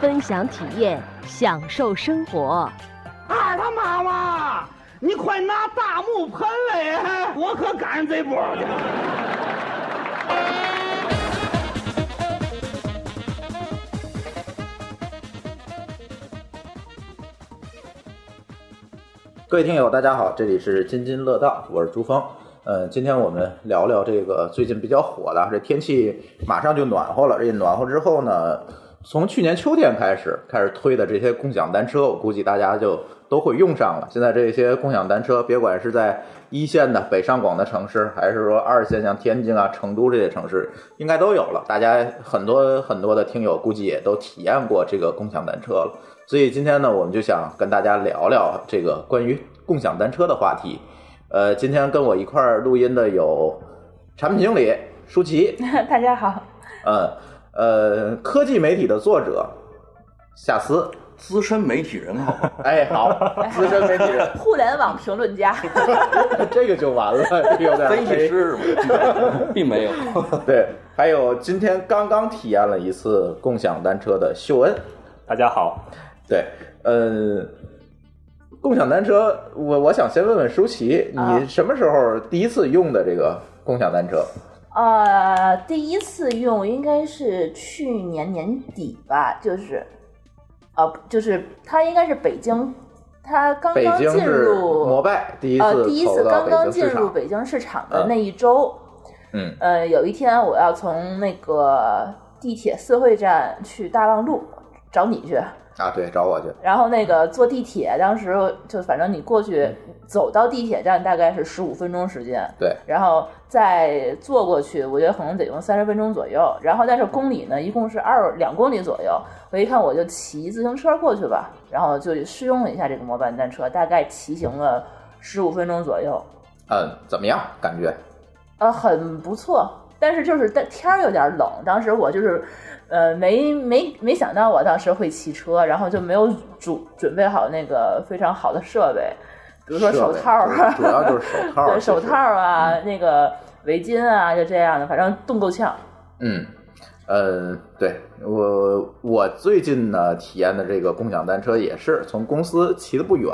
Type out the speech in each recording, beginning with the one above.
分享体验，享受生活。二哎他妈妈，你快拿大木盆来，我可赶上这波去。各位听友，大家好，这里是津津乐道，我是朱峰。呃，今天我们聊聊这个最近比较火的，这天气马上就暖和了。这暖和之后呢，从去年秋天开始开始推的这些共享单车，我估计大家就都会用上了。现在这些共享单车，别管是在一线的北上广的城市，还是说二线像天津啊、成都这些城市，应该都有了。大家很多很多的听友估计也都体验过这个共享单车了。所以今天呢，我们就想跟大家聊聊这个关于共享单车的话题。呃，今天跟我一块儿录音的有产品经理舒淇， 大家好，呃呃，科技媒体的作者夏思，资深媒体人好吧？ 哎， 好，资深媒体人，互联网评论家， 这个就完了，这个有点非黑是 吗？并没有。对，还有今天刚刚体验了一次共享单车的秀恩，大家好，对，呃，共享单车，我我想先问问舒淇，啊你什么时候第一次用的这个共享单车？呃，第一次用应该是去年年底吧，就是，呃，就是它应该是北京，它刚北刚京进是入摩拜第一次呃，第一投次到刚刚北京进市入场，北京市场的嗯那一周，嗯呃，有一天我要从那个地铁四惠站去大望路找你去，啊，对，找我去，然后那个坐地铁，当时就反正你过去走到地铁站大概是十五分钟时间，对，然后再坐过去，我觉得可能得用三十分钟左右。然后但是公里呢，一共是二两公里左右。我一看我就骑自行车过去吧，然后就试用了一下这个摩拜单车，大概骑行了十五分钟左右，嗯，怎么样？感觉？呃，很不错。但是就是但天儿有点冷，当时我就是，呃，没没没想到我当时会骑车，然后就没有准准备好那个非常好的设备，比如说手套儿啊，设备主主要 就是手套儿，其对实手套儿啊，那个围巾啊，就这样的，反正冻够呛。嗯，呃，对我我最近呢体验的这个共享单车也是从公司骑的不远，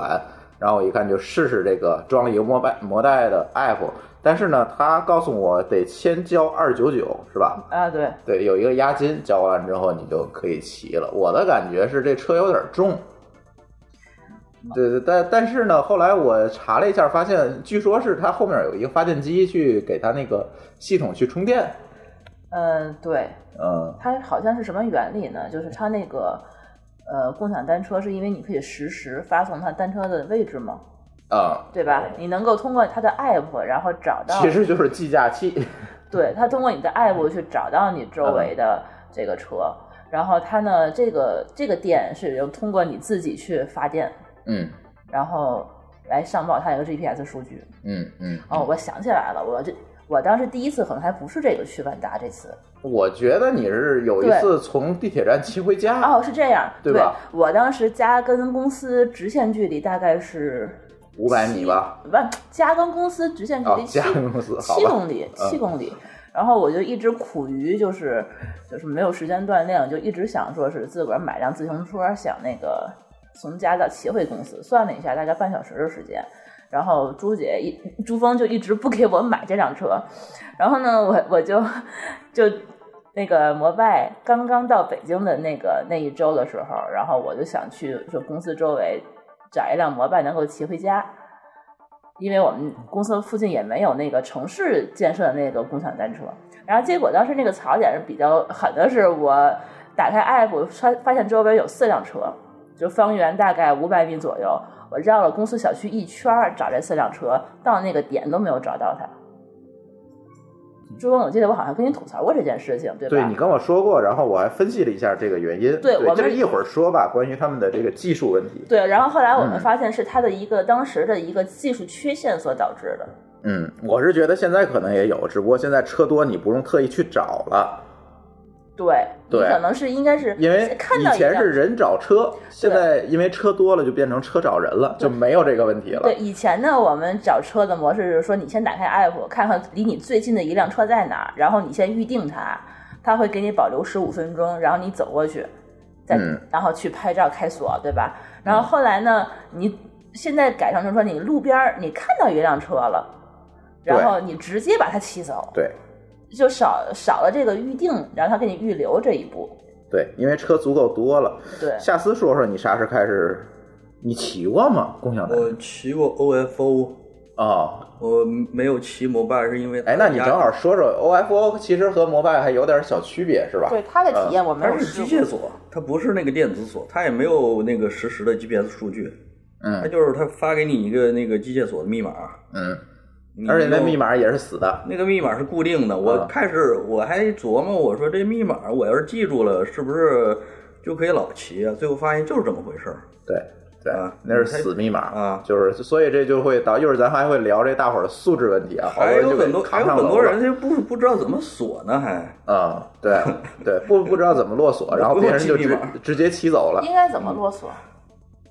然后我一看就试试这个装了一个摩拜摩拜的 app，但是呢，他告诉我得先交二九九是吧？啊，对，对，有一个押金，交完之后你就可以骑了。我的感觉是这车有点重。对对，但但是呢，后来我查了一下，发现据说是它后面有一个发电机去给它那个系统去充电，嗯，对，嗯，它好像是什么原理呢？就是它那个呃共享单车是因为你可以实时发送它单车的位置嘛，啊、对吧？你能够通过它的 app 然后找到，其实就是计价器。对它通过你的嗯 app 去找到你周围的这个车。然后它呢，这个这个电是由通过你自己去发电， 嗯然后来上报它一个 GPS 数据。嗯嗯，哦，我想起来了，我这我当时第一次可能还不是这个去万达这次，我觉得你是有一次从地铁站骑回家，哦，是这样，对对吧我当时家跟公司直线距离大概是五百米吧？不，家跟公司直线距哦离，七、家用公司，好七吧，公里，嗯七公里。然后我就一直苦于就是就是没有时间锻炼，就一直想说是自个儿买辆自行车，想那个从家到骑回公司。算了一下，大概半小时的时间。然后朱姐一朱峰就一直不给我买这辆车，然后呢，我我就就那个摩拜刚刚到北京的那个那一周的时候，然后我就想去就公司周围找一辆摩拜能够骑回家，因为我们公司附近也没有那个城市建设的那个共享单车。然后结果当时那个槽点是比较狠的是，我打开 app 发发现周围有四辆车，就方圆大概五百米左右。我绕了公司小区一圈儿找这四辆车，到那个点都没有找到它。朱峰，我记得我好像跟你吐槽过这件事情，对吧？对你跟我说过，然后我还分析了一下这个原因。对我们这个一会儿说吧，关于他们的这个技术问题。对，然后后来我们嗯发现是他的一个当时的一个技术缺陷所导致的。嗯，我是觉得现在可能也有，只不过现在车多，你不用特意去找了，对，对你可能是应该是因为看到以一辆前是人找车，现在因为车多了就变成车找人了，就没有这个问题了对。以前呢，我们找车的模式是说，你先打开 app 看看离你最近的一辆车在哪儿，然后你先预定它，它会给你保留十五分钟，然后你走过去，再、嗯然后去拍照开锁，对吧？然后后来呢，你现在改成就是说，你路边儿你看到一辆车了，然对后你直接把它骑走，对就少少了这个预定，然后他给你预留这一步。对，因为车足够多了。对，夏思说说你啥时开始，你骑过吗？共享单我骑过 OFO，哦，我没有骑摩拜，是因为哎，那你正好。好说说 OFO，其实和摩拜还有点小区别是吧？对他的体验我呃没它有是试机过。械锁，它不是那个电子锁，它也没有那个实时的 GPS 数据，它嗯就是它发给你一个那个机械锁的密码，嗯，你而且那用密码也是死的。那个密码是固定的。我啊开始我还琢磨，我说这密码我要是记住了，是不是就可以老骑啊？最后发现就是这么回事儿。对对啊，那是死密码啊就是所以这就会导，一会儿咱还会聊这大伙儿的素质问题啊，好多还人有就很给多还扛上有很楼多了人。他不不知道怎么锁呢，还啊， 对对，不不知道怎么落锁，然后不别用人就记直密码直接骑走了。应该怎嗯么落锁？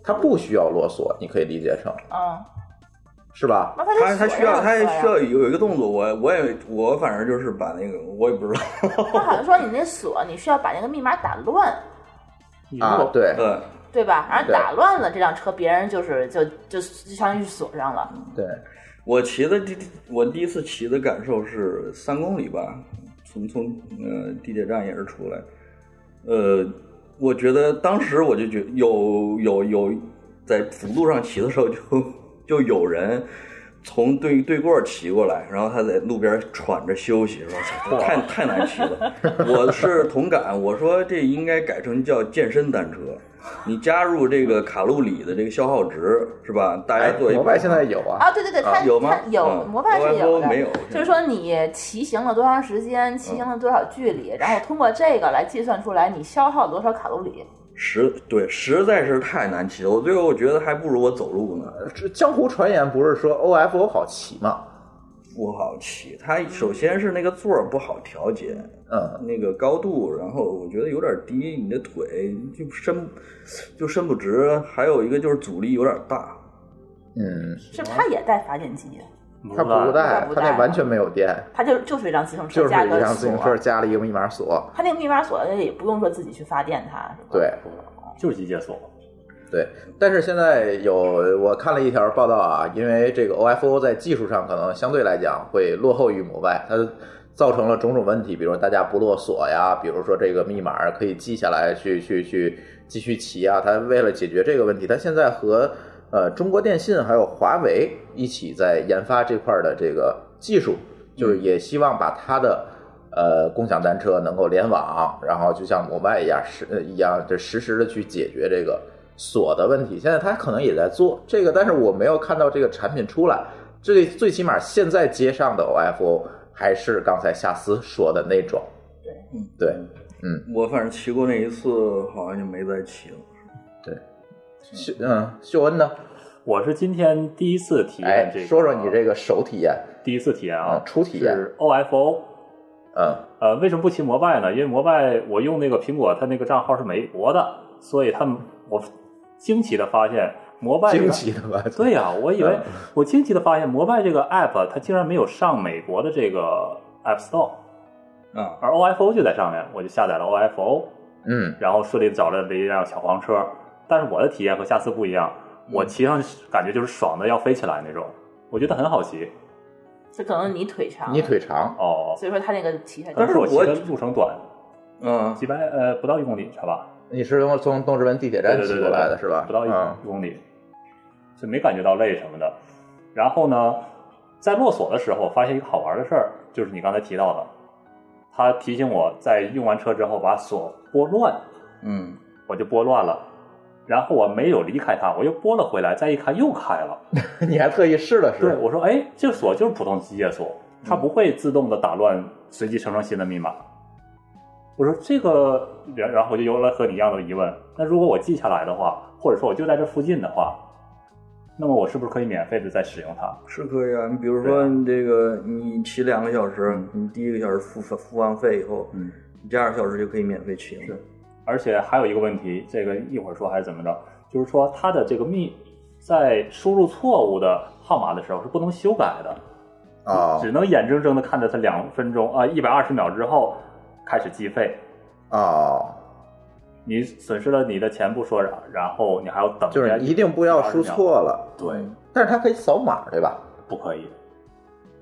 他不需要落锁，你可以理解成嗯，是吧？那他他得他锁需要上他锁呀需要有有一个动作，我我也我反正就是把那个我也不知道， 他好像说你那锁你需要把那个密码打乱，啊，对对。对吧？然后对打乱了这辆车，别人就是就就就相当于是锁上了。对，我骑的第我第一次骑的感受是三公里吧，从从呃地铁站也是出来，呃，我觉得当时我就觉有有有在辅路上骑的时候就就有人。从对对过骑过来，然后他在路边喘着休息，说太太难骑了。我是同感，我说这应该改成叫健身单车，你加入这个卡路里的这个消耗值是吧？大哎家做，一摩拜现在有啊，啊，对对对，它啊有吗它有嗯摩拜是有的， OFO 没有就是说你骑行了多长时间，骑行了多少距离，然后通过这个来计算出来你消耗多少卡路里。实对，实在是太难骑了。我最后觉得还不如我走路呢，这江湖传言不是说 OFO 好骑吗？不好骑。它嗯首先是那个座儿不好调节，嗯，那个高度，然后我觉得有点低，你的腿就伸就伸不直。还有一个就是阻力有点大，嗯，是不是它也带发电机？它不带，不它带那完全没有电，它就就是一辆自行车就是加一个辆自锁行，车加了一个密码锁。它那个密码锁也不用说自己去发电它，是吧对就是机械锁。对，但是现在有我看了一条报道啊，因为这个 OFO 在技术上可能相对来讲会落后于摩拜，它造成了种种问题，比如大家不落锁呀，比如说这个密码可以记下来去去去继续骑啊。它为了解决这个问题，它现在和呃中国电信还有华为一起在研发这块儿的这个技术，嗯就是也希望把它的。呃，共享单车能够联网，然后就像摩拜一样实呃一样，这实时的去解决这个锁的问题。现在它可能也在做这个，但是我没有看到这个产品出来。最最起码现在街上的 OFO 还是刚才夏思说的那种。对，嗯对，我反正骑过那一次，好像就没再骑了。秀嗯，秀恩呢？我是今天第一次体验哎这个，，说说你这个手体验，第一次体验啊嗯，初体验是 OFO。嗯呃，为什么不骑摩拜呢？因为摩拜我用那个苹果，它那个账号是美国的，所以他们我惊奇的发现摩拜这个惊奇的吧？对呀、我以为嗯我惊奇的发现，摩拜这个 app 它竟然没有上美国的这个 App Store，啊，而 OFO 就在上面，我就下载了 OFO，嗯，然后顺利地找了一辆小黄车。但是我的体验和下次不一样，我骑上感觉就是爽的要飞起来那种，我觉得很好骑这可能你腿长，嗯你，腿呃长，哦。所以说它那个骑起来但就是我骑我的路程短，嗯，几百呃不到一公里，差吧？你是从从东直门地铁站对骑对对过对来对的是吧？不到一嗯公里，就没感觉到累什么的。然后呢，在落锁的时候，发现一个好玩的事儿，就是你刚才提到的，他提醒我在用完车之后把锁拨乱，嗯，我就拨乱了。然后我没有离开它，我又拨了回来，再一看又开了。 你还特意试了对，试，我说哎，这锁就是普通机械锁，它不会自动的打乱，随机生成新的密码。我说这个，然然后我就有了和你一样的疑问。那如果我记下来的话，或者说我就在这附近的话，那么我是不是可以免费的再使用它？是可以啊。你比如说，你这个你骑两个小时，你第一个小时付费付完费以后，嗯，你第二个小时就可以免费骑了。而且还有一个问题，这个一会儿说还是怎么着，就是说它的这个密在输入错误的号码的时候是不能修改的，哦啊只能眼睁睁的看着它两分钟啊一百二十秒之后开始计费，啊，你损失了你的钱不说，然然后你还要等，就是一定不要输错了。对，但是它可以扫码，对吧？不可以，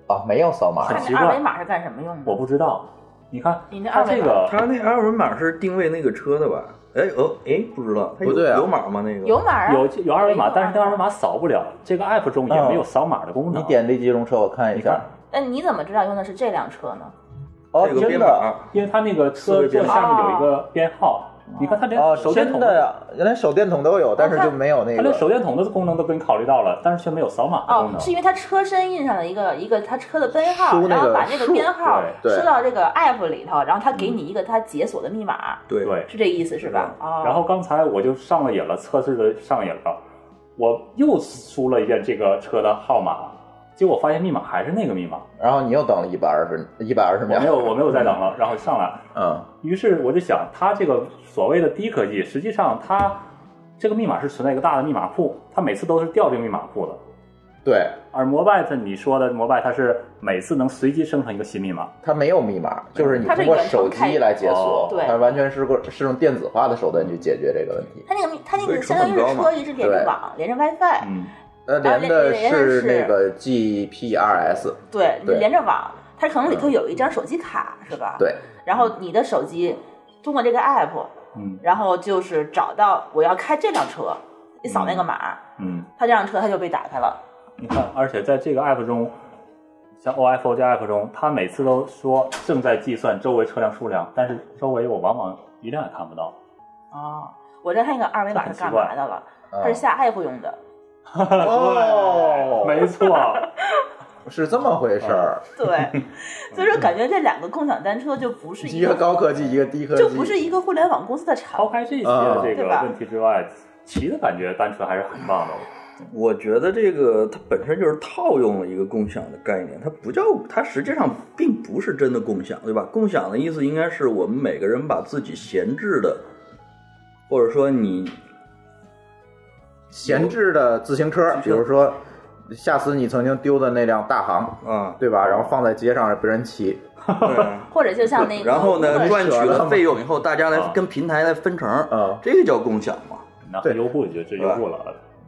啊，没有扫码很看奇那怪二维码是干什么用的？我不知道。你看，你那它二维这码个他那二维码是定位那个车的吧？哎哦哎，不知道，它有不对啊有码吗？那个有码啊，有有二维码，有啊但是那二维码扫不了，这个 app 中也哦没有扫码的功能。你点这机动车，我看一你看下。那你怎么知道用的是这辆车啊呢？哦，这个真编的码，因为它那个车座下面有一哦个编号，你看它连哦，手电真筒的呀，原来手电筒都有，但是就没有那哦它连手个。电筒的功能都给你考虑到了，但是却没有扫码的功哦能，。是因为它车身印上了一个一个它车的编号，输那个然后把那个数编号对对输到这个 app 里头，然后它给嗯你一个它解锁的密码，对对，是这意思是吧？哦，然后刚才我就上了瘾了，测试的上瘾了，我又输了一遍这个车的号码，结果发现密码还是那个密码，然后你又等了一百二十一百二十我秒。没有我没有再等了，然后上来，嗯，于是我就想，它这个所谓的低科技，实际上它这个密码是存在一个大的密码库，它每次都是调这个密码库的。对，而摩拜，它你说的摩拜，它是每次能随机生成一个新密码，它没有密码，就是你它是通过远程手开机来解哦锁，对它完全是过是用电子化的手段去解决这个问题。它那个它那所个以相成当于本是高嘛车一直连着对网，连着 WiFi，嗯，呃，连的是那连个 GPRS，对，对连着网，它可能里头有一张手机卡是吧？。对，然后你的手机通过这个 app，嗯然后就是找到我要开这辆车，一扫那个码，嗯，它这辆车它就被打开了。你看，而且在这个 app 中，像 OFO 这 app 中，它每次都说正在计算周围车辆数量，但是周围我往往一辆也看不到。哦，我知道它那个二维码是干这很嘛奇怪嗯的了，啊它是下 app 用的。哦没错，是这么回事儿，对， 所以说感觉这两个共享单车就不是一一个个，高科技，一个低科技，就不是一个互联网公司的产抛物。开这些啊这对个吧问题之外，骑的感觉单纯还是很棒的。我觉得这个它本身就是套用了一个共享的概念，它不叫它实际上并不是真的共享，对吧？共享的意思应该是我们每个人把自己闲置的，或者说你闲置的自行车，比如说下次你曾经丢的那辆大航，啊，对吧？然后放在街上让别人骑，对，啊或者就像 那个，然后呢，赚取了费用以后，大家来啊跟平台来分成，嗯这个叫共享嘛？那对优步就这优步了，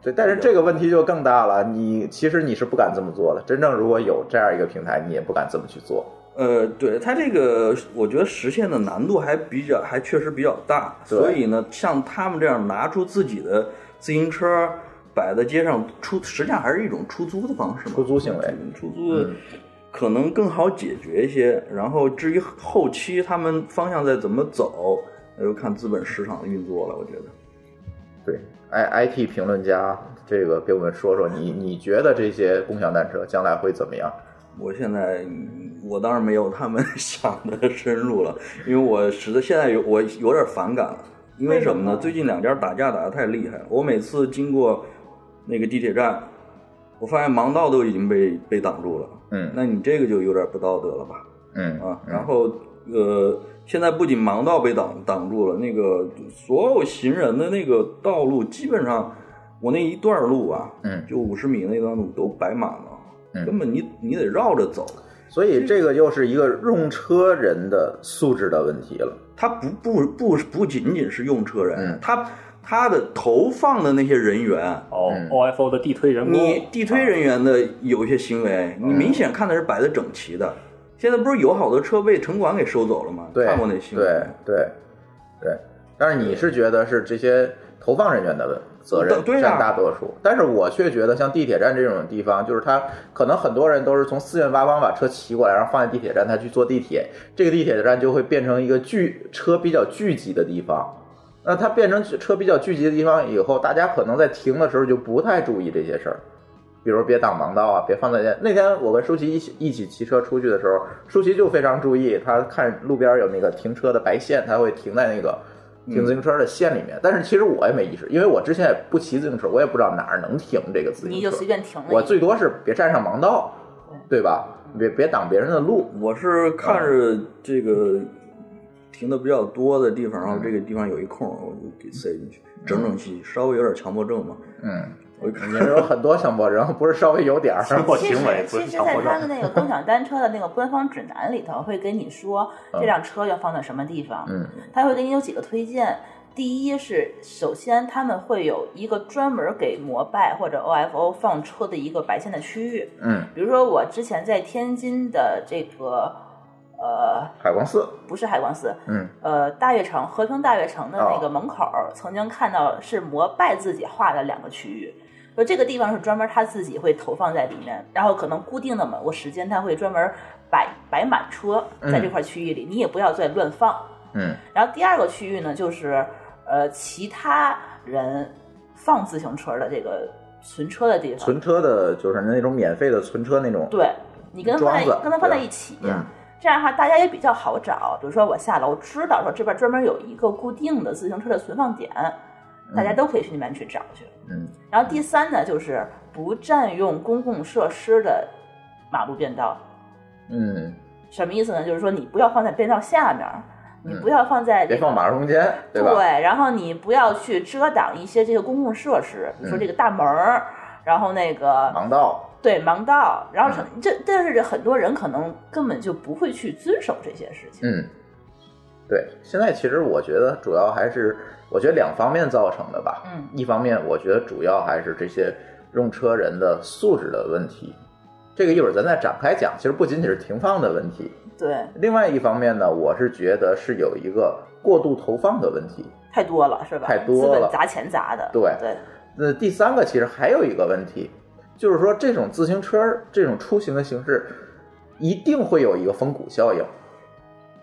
对，但是这个问题就更大了。你其实你是不敢这么做的。真正如果有这样一个平台，你也不敢这么去做。呃，对它这个，我觉得实现的难度还比较，还确实比较大。对所以呢，像他们这样拿出自己的自行车摆在街上出，实际上还是一种出租的方式嘛。嗯出租行为，嗯出租的可能更好解决一些。然后至于后期他们方向再怎么走，那就看资本市场的运作了。我觉得，对，I 哎 I T 评论家，这个给我们说说你你觉得这些共享单车将来会怎么样？我现在嗯我当然没有他们 想的深入了，因为我实在现在有我有点反感了。因为什么呢？最近两家打架打得太厉害了，我每次经过那个地铁站，我发现盲道都已经被被挡住了。嗯那你这个就有点不道德了吧？嗯啊，然后呃，现在不仅盲道被挡挡住了，那个所有行人的那个道路基本上，我那一段路啊，嗯就五十米那段路都摆满了，嗯根本你你得绕着走，所以这个又是一个用车人的素质的问题了。他不不不不仅仅是用车人，嗯他他的投放的那些人员。哦嗯，OFO 的地推人工，你地推人员的有一些行为，嗯你明显看的是摆的整齐的。现在不是有好多车被城管给收走了吗？对，看过那新闻对吗？对对，但是你是觉得是这些投放人员的责任对啊占大多数，但是我却觉得像地铁站这种地方，就是他可能很多人都是从四面八方把车骑过来，然后放在地铁站，他去坐地铁，这个地铁站就会变成一个聚车比较聚集的地方。那它变成车比较聚集的地方以后，大家可能在停的时候就不太注意这些事儿。比如别挡盲道啊，别放在那天我跟舒淇一起一起骑车出去的时候，舒淇就非常注意，她看路边有那个停车的白线，她会停在那个停自行车的线里面。但是其实我也没意识，因为我之前也不骑自行车，我也不知道哪儿能停这个自行车。你就随便停了。嗯我最多是别占上盲道，对吧？别别挡别人的路。我是看着这个停的比较多的地方，嗯然后这个地方有一空，我就给塞进去，整整齐，稍微有点强迫症嘛。嗯，我一看你，是有很多强迫症，不是稍微有点儿。强迫其实行为，不其是实，强在迫他的症。那个共享单车的那个官方指南里头，会跟你说这辆车要放在什么地方。嗯，他会给你有几个推荐。第一是，首先他们会有一个专门给摩拜或者 OFO 放车的一个白线的区域。嗯，比如说，我之前在天津的这个，呃，海光寺，不是海光寺，嗯，呃，大悦城和平大悦城的那哦个门口儿，曾经看到是摩拜自己画的两个区域，就这个地方是专门他自己会投放在里面，然后可能固定的某个时间他会专门摆摆满车在这块区域里，你也不要再乱放。嗯然后第二个区域呢，就是呃其他人放自行车的这个存车的地方，存车的就是那种免费的存车那种。对你跟他放在桩子跟他放在对一起。嗯这样的话，大家也比较好找。比如说，我下楼知道说这边专门有一个固定的自行车的存放点，大家都可以去那边去找去。嗯然后第三呢，就是不占用公共设施的马路变道。嗯，什么意思呢？就是说你不要放在变道下面儿，你不要放在、这嗯别个放马路中间，对吧？然后你不要去遮挡一些这个公共设施，比如说这个大门儿，然后那个嗯盲道，对盲道，然后是嗯这但是很多人可能根本就不会去遵守这些事情。嗯，对。现在其实我觉得主要还是，我觉得两方面造成的吧。嗯一方面我觉得主要还是这些用车人的素质的问题，这个一会儿咱再展开讲。其实不仅仅是停放的问题，嗯对，另外一方面呢，我是觉得是有一个过度投放的问题。太多了是吧？太多了资本砸钱砸的。对对，那第三个其实还有一个问题，就是说这种自行车这种出行的形式，一定会有一个风谷效应。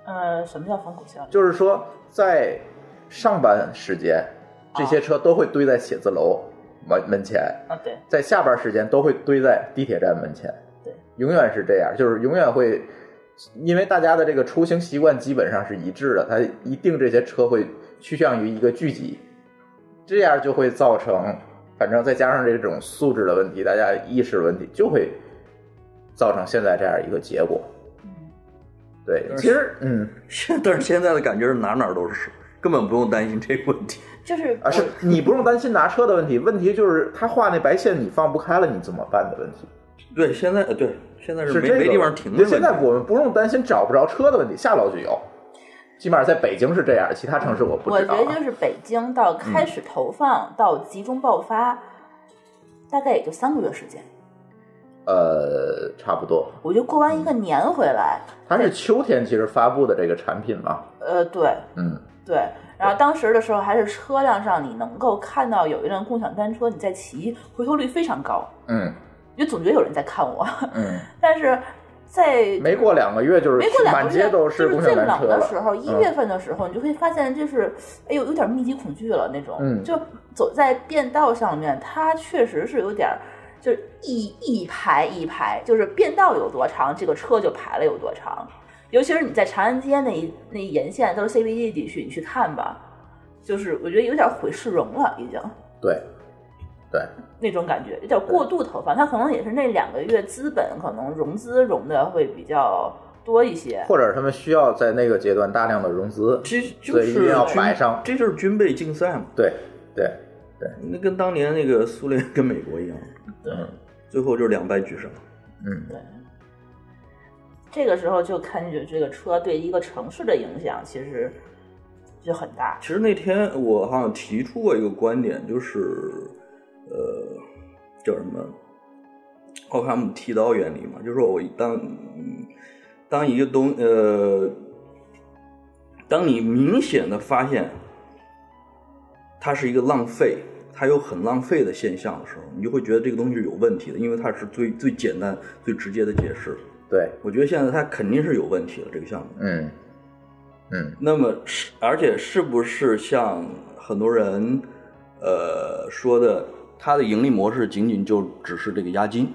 呃，什么叫风口效应？就是说，在上班时间，这些车都会堆在写字楼门门前，啊，对，在下班时间都会堆在地铁站门前。对，永远是这样，就是永远会，因为大家的这个出行习惯基本上是一致的，它一定这些车会趋向于一个聚集，这样就会造成，反正再加上这种素质的问题，大家意识问题，就会造成现在这样一个结果。对，但是其实嗯。但是现在的感觉是哪哪都是，根本不用担心这个问题。就是啊，是你不用担心拿车的问题，问题就是他画那白线你放不开了，你怎么办的问题，对，现在呃对，现在是是没这个没地方停的对问题现在我们不用担心找不着车的问题，下楼就有，起码在北京是这样，其他城市我不我知道觉得啊。就是北京到开始投放到集中爆发，大概也就三个月时间。呃，差不多，我觉得过完嗯一个年回来，它是秋天其实发布的这个产品嘛，呃，对嗯，对。然后当时的时候，还是车辆上你能够看到有一辆共享单车你在骑，回头率非常高，嗯就总觉得有人在看我。嗯，但是在没过两个月就是没过两满个月，街都就是共最享单冷车的了时候，一嗯月份的时候，你就会发现，就是哎呦，有点密集恐惧了那种。嗯就走在便道上面，它确实是有点儿，就是一一排一排，就是便道有多长，这个车就排了有多长。尤其是你在长安街那一那一沿线都是 CBD 地区，你去看吧，就是我觉得有点毁市容了，已经对对，那种感觉，有点过度投放。它可能也是那两个月资本可能融资融的会比较多一些。或者他们需要在那个阶段大量的融资，这就所以是一定要军摆上这就是军备竞赛嘛。对对，那跟当年那个苏联跟美国一样，嗯最后就是两败俱伤。嗯这个时候就看见这个车对一个城市的影响其实就很大。其实那天我好像提出过一个观点，就是呃，叫什么奥卡姆剃刀原理嘛，就是说我当嗯当一个东呃，当你明显的发现它是一个浪费，它有很浪费的现象的时候，你就会觉得这个东西是有问题的，因为它是最最简单、最直接的解释。对，我觉得现在它肯定是有问题了，这个项目。嗯嗯。那么是，而且是不是像很多人呃说的，它的盈利模式仅仅就只是这个押金。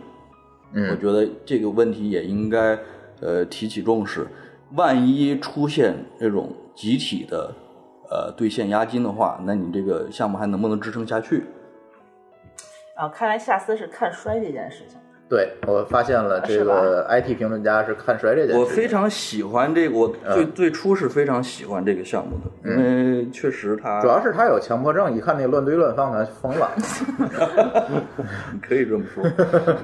我嗯，觉得这个问题也应该呃提起重视。万一出现这种集体的呃兑现押金的话，那你这个项目还能不能支撑下去？啊，看来夏思是看衰这件事情。对我发现了这啊是个吧 IT 评论家是看衰这件事情，我非常喜欢这个，我嗯最、最初是非常喜欢这个项目的，因为确实它主要是他有强迫症，一看那乱堆乱放，他疯 了。可以这么说。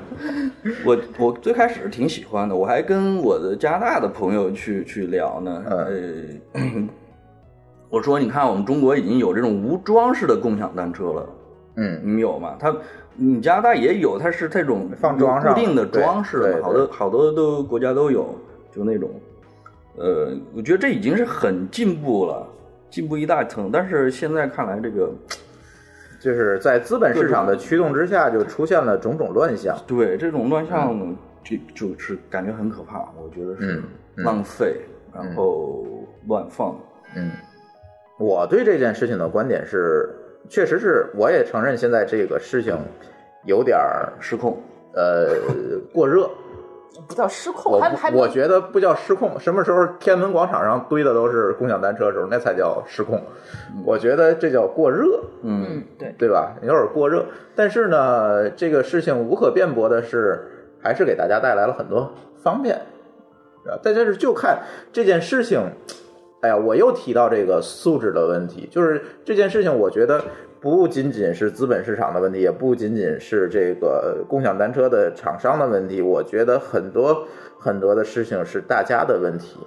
我我最开始挺喜欢的，我还跟我的加拿大的朋友去去聊呢。嗯呃，我说你看，我们中国已经有这种无装饰的共享单车了，嗯你们有吗？它你加拿大也有，它是这种放装上有固定的装饰对的对嘛，好多好多都国家都有，就那种。呃，我觉得这已经是很进步了，进步一大层。但是现在看来，这个就是在资本市场的驱动之下，就出现了种种乱象。对这种乱象，就就是感觉很可怕，我觉得是嗯嗯浪费，然后乱放。嗯，我对这件事情的观点是，确实是，我也承认现在这个事情有点儿失控，呃过 热。不叫失控，我还还没我觉得不叫失控，什么时候天安门广场上堆的都是共享单车的时候，那才叫失控。我觉得这叫过热。嗯，嗯，对，对吧？有点过热。但是呢，这个事情无可辩驳的是，还是给大家带来了很多方便。啊，但是就看这件事情，哎呀，我又提到这个素质的问题，就是这件事情，我觉得不仅仅是资本市场的问题，也不仅仅是这个共享单车的厂商的问题，我觉得很多很多的事情是大家的问题，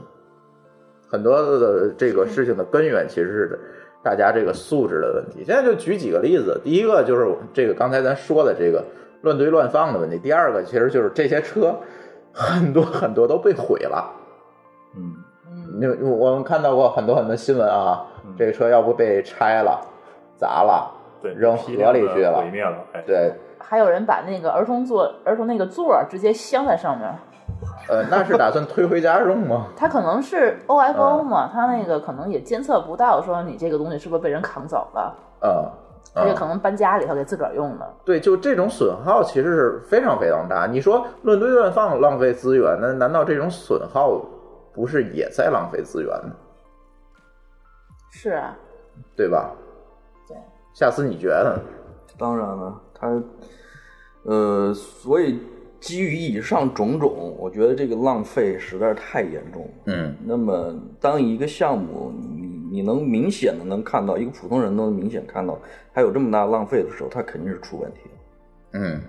很多的这个事情的根源其实是大家这个素质的问题。现在就举几个例子，第一个就是这个刚才咱说的这个乱堆乱放的问题，第二个其实就是这些车很多很多都被毁了。嗯，你我们看到过很多很多新闻啊，这个车要不被拆了、砸了，嗯对，扔河批量地里去了毁灭了，哎，对，还有人把那个儿童座儿童那个座儿直接镶在上面，呃，那是打算推回家用吗？它可能是啊 OFO 嘛，它那个可能也监测不到说你这个东西是不是被人扛走了，嗯，而且嗯可能搬家里头给自个儿用的。对，就这种损耗其实是非常非常大。你说论堆乱放浪费资源，那难道这种损耗不是也在浪费资源吗？是啊，对吧？对，下次你觉得呢？当然了，它呃，所以基于以上种种，我觉得这个浪费实在是太严重了。嗯那么，当一个项目你你能明显的能看到，一个普通人都能明显看到，它有这么大浪费的时候，它肯定是出问题的。嗯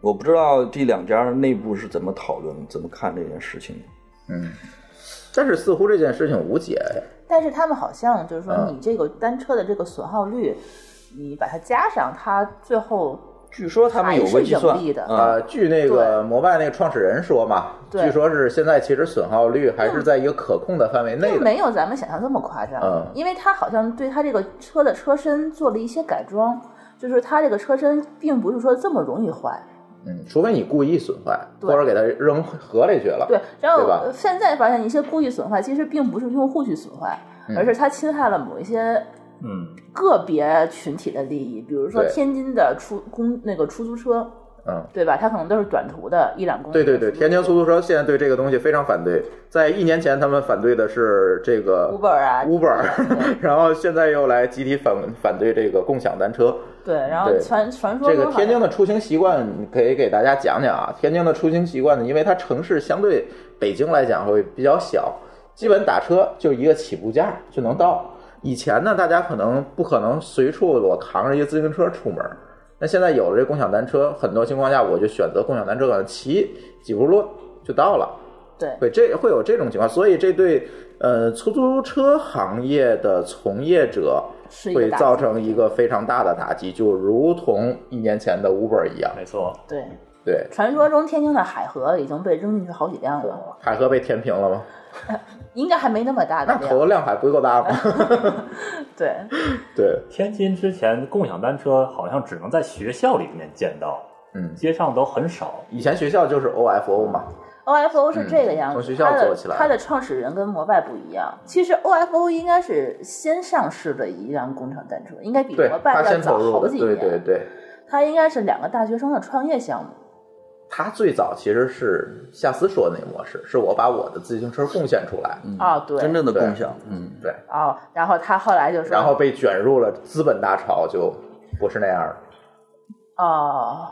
我不知道这两家内部是怎么讨论、怎么看这件事情的。嗯，但是似乎这件事情无解。但是他们好像就是说，嗯你这个单车的这个损耗率，你把它加上，它最后据说他们有个计算还是有利的啊，呃，据那个摩拜那个创始人说嘛，对据说是现在其实损耗率还是在一个可控的范围内并的。没有咱们想象这么夸张，嗯因为它好像对它这个车的车身做了一些改装，就是它这个车身并不是说这么容易坏。嗯，除非你故意损坏，对或者给它扔河里去了。对，然后对吧呃现在发现一些故意损坏，其实并不是用户去损坏，嗯而是它侵害了某一些嗯，个别群体的利益，比如说对天津的出公那个出租车，嗯，对吧？它可能都是短途的一两公里。对对对，天津出出租车现在对这个东西非常反对。在一年前，他们反对的是这个 Uber 啊 Uber，然后现在又来集体反反对这个共享单车。对，然后对传传说这个中好天津像的出行习惯可以给大家讲讲啊。天津的出行习惯呢，因为它城市相对北京来讲会比较小，基本打车就一个起步价就能到。以前呢，大家可能不可能随处我扛着一个自行车出门儿，那现在有了这共享单车，很多情况下我就选择共享单车，可能骑几步路就到了。对会这会有这种情况，所以这对呃出租车行业的从业者是一个会打击造成一个非常大的打击，就如同一年前的 Uber 一样。没错，对，对，传说中天津的海河已经被扔进去好几辆了，海河被填平了吗？应该还没那么大的那投量。的量还不够大吗？ 对，对，天津之前共享单车好像只能在学校里面见到，嗯，街上都很少。以前学校就是 OFO 嘛， OFO 是这个样嗯从子，学校它做的起来它的创始人跟摩拜不一样。其实 OFO 应该是先上市的一辆工程单车，应该比对摩拜他要先早投入好的，几对年。对对，它应该是两个大学生的创业项目。他最早其实是夏思说的那模式，是我把我的自行车贡献出来，啊，对，真正的对共享，嗯，对，哦，然后他后来就说，然后被卷入了资本大潮，就不是那样了。哦，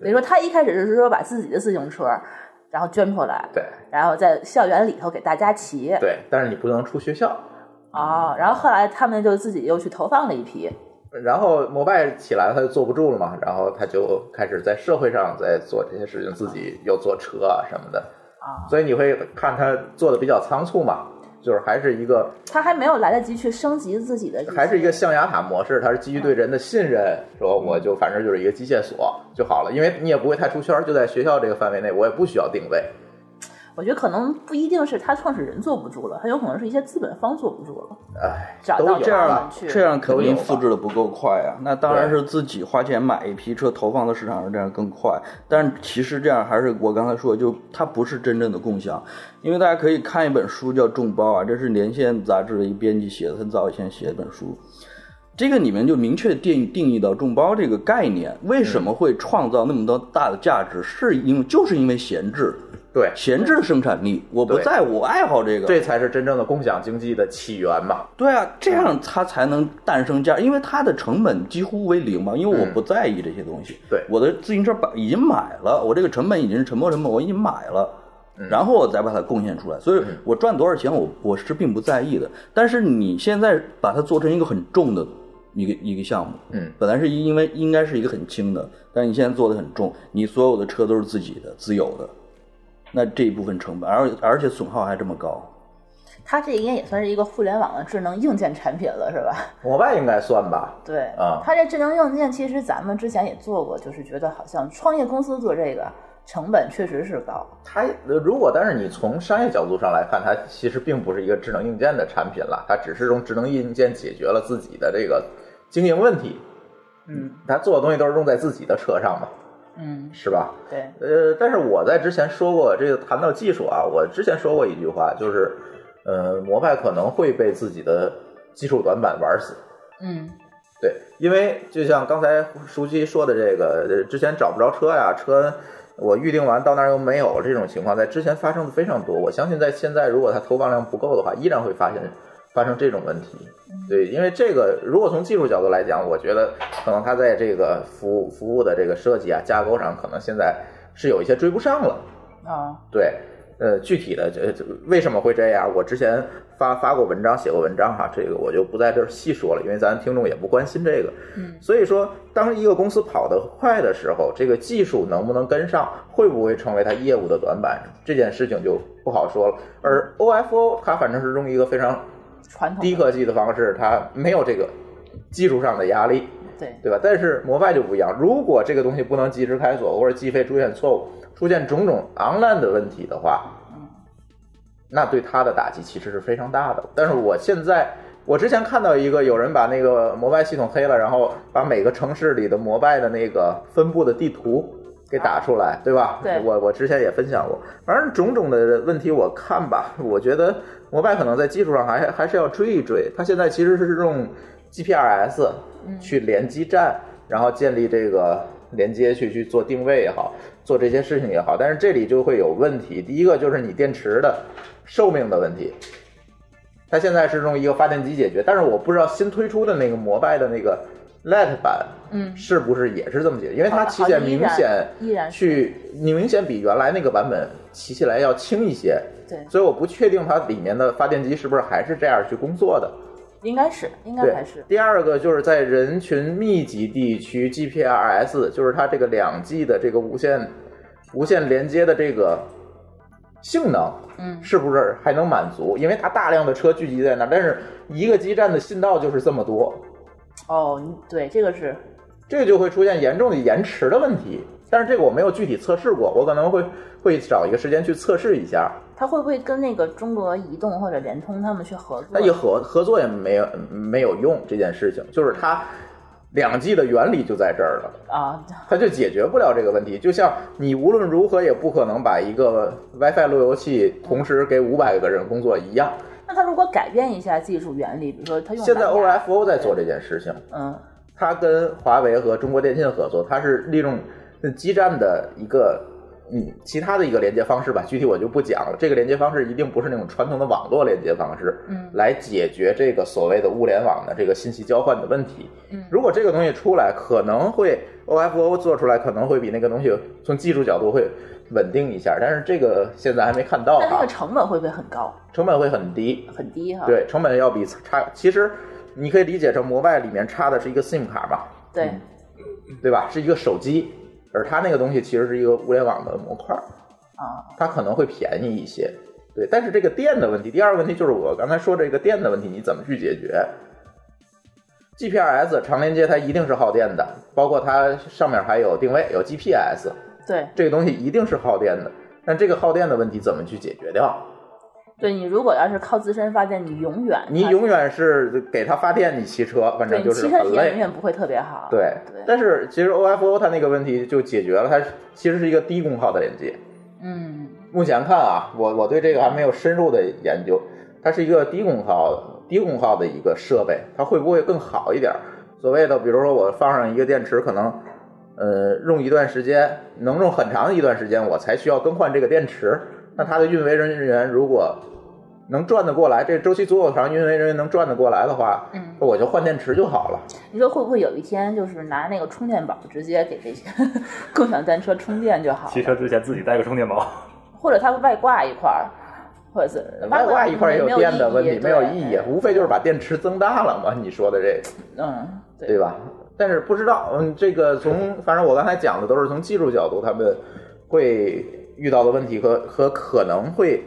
等于说他一开始是说把自己的自行车，然后捐出来，对然后在校园里头给大家骑，对，但是你不能出学校。哦，然后后来他们就自己又去投放了一批，然后摩拜起来，他就坐不住了嘛，然后他就开始在社会上在做这些事情，自己又坐车啊什么的啊所以你会看他做的比较仓促嘛，就是还是一个他还没有来得及去升级自己的这些，还是一个象牙塔模式，它是基于对人的信任，说我就反正就是一个机械锁就好了，因为你也不会太出圈，就在学校这个范围内，我也不需要定位。我觉得可能不一定是他创始人坐不住了，很有可能是一些资本方坐不住了，哎，找都到有这他样们去，这样肯都有定吧复制的不够快啊。那当然对是自己花钱买一批车投放到市场上，这样更快。但是其实这样还是我刚才说的，就它不是真正的共享，因为大家可以看一本书叫《众包》啊，这是《连线》杂志的一编辑写的，很早以前写的一本书。这个里面就明确定定义到众包这个概念，为嗯什么会创造那么多大的价值？是因为就是因为闲置，对，闲置的生产力，我不对在我爱好这个，这才是真正的共享经济的起源嘛。对啊，这样它才能诞生价，因为它的成本几乎为零嘛，因为我不在意这些东西。对嗯我的自行车把已经买了，我这个成本已经是沉没成本，我已经买了，然后我再把它贡献出来，所以我赚多少钱我我是并不在意的。但是你现在把它做成一个很重的一个一个项目，嗯，本来是因为应该是一个很轻的，但是你现在做的很重，你所有的车都是自己的自有的，那这一部分成本，而而且损耗还这么高。他这应该也算是一个互联网的智能硬件产品了，是吧？摩拜应该算吧，对，啊它这智能硬件其实咱们之前也做过，就是觉得好像创业公司做这个成本确实是高，它呃如果但是你从商业角度上来看，它其实并不是一个智能硬件的产品了，它只是用智能硬件解决了自己的这个经营问题。嗯它做的东西都是用在自己的车上嘛，嗯，是吧？对，呃，但是我在之前说过，这个谈到技术啊，我之前说过一句话，就是，呃，摩拜可能会被自己的技术短板玩死。嗯对，因为就像刚才舒淇说的这个，呃之前找不着车呀，车我预定完到那儿又没有这种情况，在之前发生的非常多。我相信在现在，如果它投放量不够的话，依然会发现发生这种问题。对，因为这个，如果从技术角度来讲，我觉得可能它在这个服务服务的这个设计啊、架构上，可能现在是有一些追不上了。啊对，呃，具体的这这为什么会这样，我之前发发过文章，写过文章哈，这个我就不在这儿细说了，因为咱听众也不关心这个。嗯所以说，当一个公司跑得快的时候，这个技术能不能跟上，会不会成为它业务的短板，这件事情就不好说了。而 OFO 它反正是用一个非常传统的低科技的方式，它没有这个技术上的压力。对对吧？但是摩拜就不一样，如果这个东西不能及时开锁，或者计费出现错误，出现种种 online 的问题的话，那对它的打击其实是非常大的。但是我现在，我之前看到一个有人把那个摩拜系统黑了，然后把每个城市里的摩拜的那个分布的地图。给打出来，对吧？对我我之前也分享过，反正种种的问题我看吧，我觉得摩拜可能在技术上还还是要追一追。它现在其实是用 GPRS 嗯去连基站，然后建立这个连接去去做定位也好，做这些事情也好，但是这里就会有问题。第一个就是你电池的寿命的问题，它现在是用一个发电机解决，但是我不知道新推出的那个摩拜的那个 LED 版，嗯是不是也是这么解决？因为它好旗舰好依明然显依然是去，你明显比原来那个版本骑起来要轻一些，对，所以我不确定它里面的发电机是不是还是这样去工作的。应该是应该对，还是第二个就是在人群密集地区 GPRS，就是它这个两 G 的这个无线无线连接的这个性能，嗯是不是还能满足？因为它大量的车聚集在那儿，但是一个基站的信道就是这么多，哦，对，这个是这就会出现严重的延迟的问题。但是这个我没有具体测试过，我可能会会找一个时间去测试一下。它会不会跟那个中国移动或者联通他们去合作？那也合合作也没有没有用这件事情，就是它两 G 的原理就在这儿了。啊， 它就解决不了这个问题。就像你无论如何也不可能把一个 WiFi 路由器同时给五百个人工作一样。那他如果改变一下技术原理，比如说他用现在蓝牙 OFO 在做这件事情，嗯它跟华为和中国电信合作，它是利用嗯基站的一个嗯其他的一个连接方式吧，具体我就不讲了。这个连接方式一定不是那种传统的网络连接方式，嗯来解决这个所谓的物联网的这个信息交换的问题。嗯如果这个东西出来，可能会 OFO 做出来可能会比那个东西从技术角度会稳定一下，但是这个现在还没看到啊但那哈个，成本会不会很高成本会很低，很低哈？对，成本要比插，其实你可以理解成摩拜里面插的是一个 SIM 卡嘛，对对吧？是一个手机，而它那个东西其实是一个物联网的模块儿，啊，它可能会便宜一些。对，但是这个电的问题，第二个问题就是我刚才说这个电的问题，你怎么去解决？GPRS 长连接它一定是耗电的，包括它上面还有定位，有 GPS，对这个东西一定是耗电的。但这个耗电的问题怎么去解决掉？对，你如果要是靠自身发电，你永远你永远是给它发电，你骑车，反对正你就是骑车很体验累永。远不会特别好。对，对，但是其实 OFO 它那个问题就解决了，它其实是一个低功耗的连接。嗯目前看啊，我我对这个还没有深入的研究，它是一个低功耗的低功耗的一个设备，它会不会更好一点儿？所谓的，比如说我放上一个电池，可能呃用一段时间，能用很长的一段时间，我才需要更换这个电池。那它的运维人员如果能转得过来，这周期足够长，运维人员能转得过来的话，嗯，我就换电池就好了。你说会不会有一天就是拿那个充电宝直接给这些 共享单车充电就好骑了？车之前自己带个充电宝，或者它外挂一块儿，或者是外挂一块儿也没有电的问题，没有意义对，无非就是把电池增大了嘛。你说的这个。嗯，对吧？但是不知道，嗯，这个从反正我刚才讲的都是从技术角度，他们会遇到的问题和和可能会，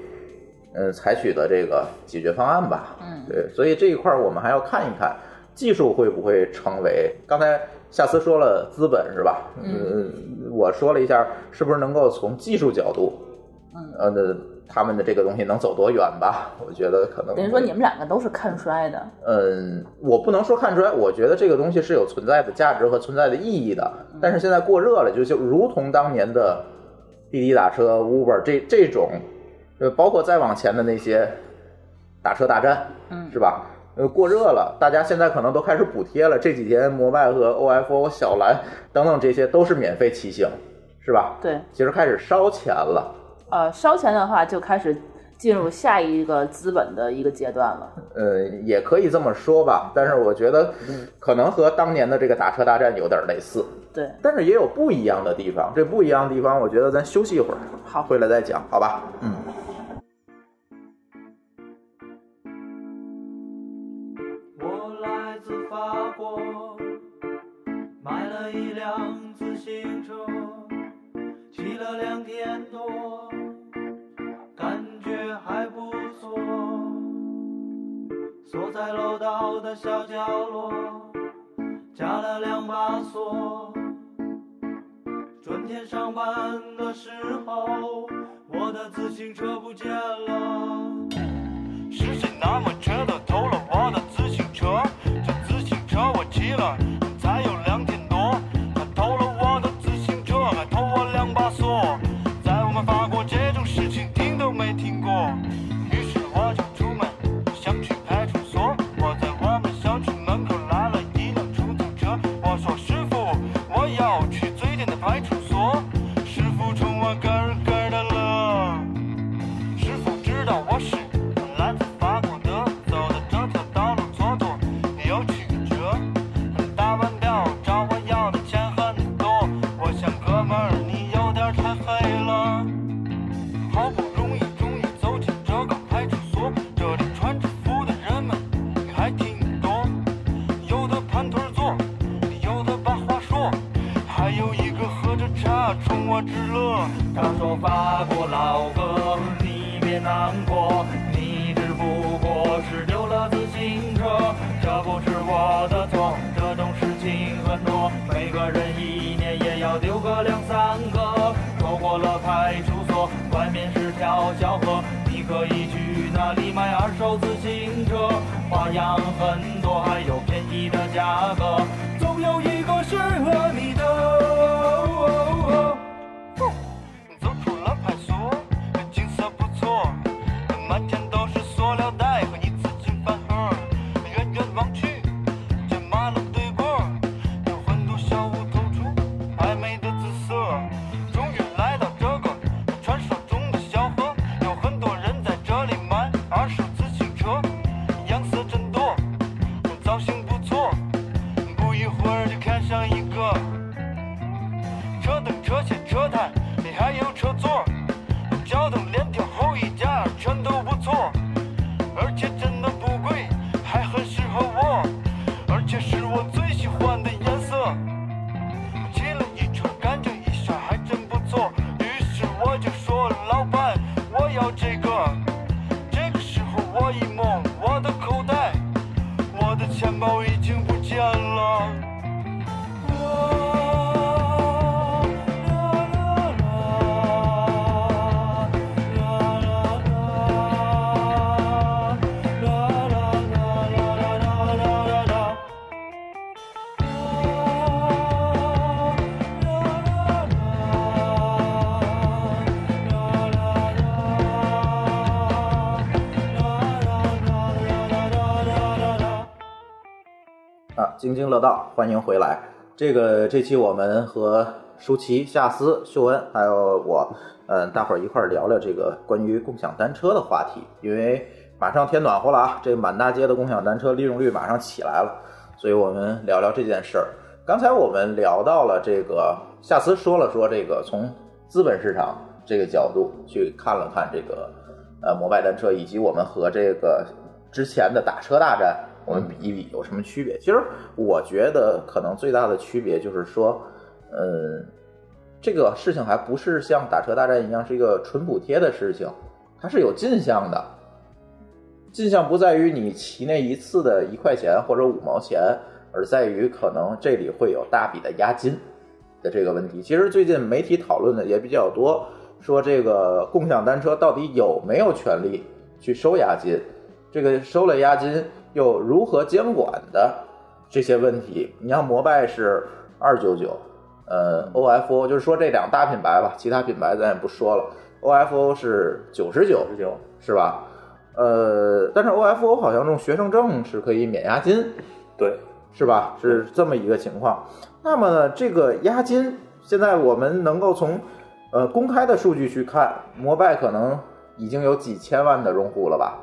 嗯，采取的这个解决方案吧。嗯对，所以这一块儿我们还要看一看技术会不会成为刚才夏思说了资本是吧？嗯嗯，我说了一下是不是能够从技术角度，嗯呃，那他们的这个东西能走多远吧？我觉得可能等于说你们两个都是看衰的，嗯，我不能说看出来，我觉得这个东西是有存在的价值和存在的意义的。但是现在过热了，就就如同当年的滴滴打车、Uber 这这种，呃，包括再往前的那些打车大战，嗯是吧？呃，过热了，大家现在可能都开始补贴了。这几天摩拜和 OFO、小蓝等等这些都是免费骑行，是吧？对，其实开始烧钱了。呃，烧钱的话就开始进入下一个资本的一个阶段了。呃，也可以这么说吧，但是我觉得可能和当年的这个打车大战有点类似，对，但是也有不一样的地方。这不一样的地方，我觉得咱休息一会儿，好回来再讲，好吧？嗯。我来自法国，买了一辆自行车，骑了两天多，感觉还不错。锁在楼道的小角落，加了两把锁。转天上班的时候，我的自行车不见了。是谁那么缺德偷了我的自行车？这自行车我骑了才有两天多，他偷了我的自行车，还偷我两把锁。在我们法国这种事情听都没听过，于是我就出门想去派出所。我在我们小区门口来了一辆出租车，我说师傅，我要去最近的派出所。师傅冲我咯咯的乐。师傅知道我是来自法国的，走的这条道路左左有曲折，打完表找我要的钱很多，我想哥们儿你有点太黑了。好不容易终于走进这个派出所，这里穿制服的人们还挺多，有的盘腿坐，有的把话说，还有一个喝着茶冲我直乐。他说法国老哥，你别难过，你只不过是丢了自行车，这不是我的错，这种事情很多，每个人一年也要丢个两三个。错过了派出所，外面是条小河，你可以去那里买二手自行车，花样很多，还有便宜的价格。总有一哦忽然就看上一个。车灯、车险、车胎，你还有车座，脚蹬、连条、后衣架全都不错，而且真的不贵，还很适合我，而且是我最喜欢的颜色。骑了一圈，感觉一下还真不错，于是我就说老板，我要这个。这个时候我一摸我的口袋，我的钱包已经不见了。啊，津津乐道，欢迎回来。这个这期我们和舒淇、夏思、秀恩还有我，嗯、大伙儿一块儿聊聊这个关于共享单车的话题，因为马上天暖和了啊，这满大街的共享单车利用率马上起来了，所以我们聊聊这件事儿。刚才我们聊到了这个，夏思说了说这个从资本市场这个角度去看了看这个呃摩拜单车，以及我们和这个之前的打车大战，我们比一比有什么区别？其实我觉得可能最大的区别就是说，呃，这个事情还不是像打车大战一样是一个纯补贴的事情，它是有进项的。进项不在于你骑那一次的一块钱或者五毛钱，而在于可能这里会有大笔的押金的这个问题。其实最近媒体讨论的也比较多，说这个共享单车到底有没有权利去收押金，这个收了押金又如何监管的这些问题。你像摩拜是二九九，呃，ofo 就是说这两大品牌吧，其他品牌咱也不说了，ofo 是九十九，十九，是吧？呃，但是 OFO 好像用学生证是可以免押金，对，是吧？是这么一个情况。那么呢，这个押金，现在我们能够从呃公开的数据去看，摩拜可能已经有几千万的用户了吧？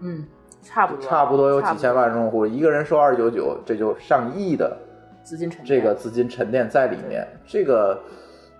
嗯，差不多，啊差不多有几千差万用户，一个人收二九九，这就上亿的不多资金沉淀这个资金沉淀在里面。这个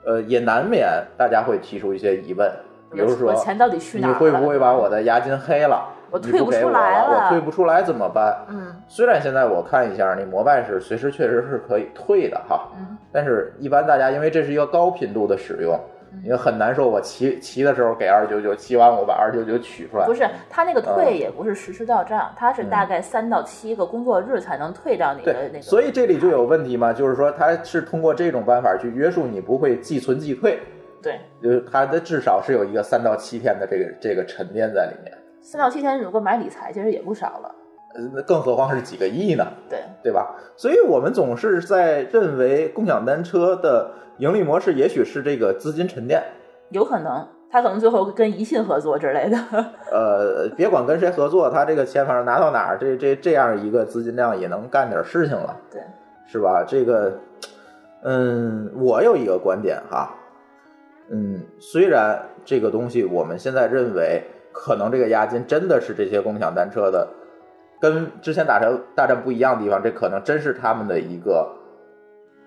呃，也难免大家会提出一些疑问，比如说我钱到底去你哪儿了？会不会把我的押金黑了？我你退不不给出我来我了退不出来怎么办？嗯虽然现在我看一下，你摩拜是随时确实是可以退的哈，嗯但是一般大家因为这是一个高频度的使用，嗯你就很难说我骑骑的时候给二九九，骑完我把二九九取出来不。是，他那个呃退也不是实时到账，他是大概三到七个工作日才能退到你的那嗯对，个。所以这里就有问题嘛，就是说它是通过这种办法去约束你不会即存即退，对就是它的至少是有一个三到七天的这个这个沉淀在里面，三到七天，如果买理财，其实也不少了。呃那更何况是几个亿呢？对，对吧？所以我们总是在认为共享单车的盈利模式也许是这个资金沉淀，有可能他可能最后跟宜信合作 之类的。呃，别管跟谁合作，他这个钱反正拿到哪儿，这这这样一个资金量也能干点事情了，对，是吧？这个，嗯，我有一个观点哈，嗯，虽然这个东西我们现在认为可能这个押金真的是这些共享单车的，跟之前打车大战不一样的地方，这可能真是他们的一个。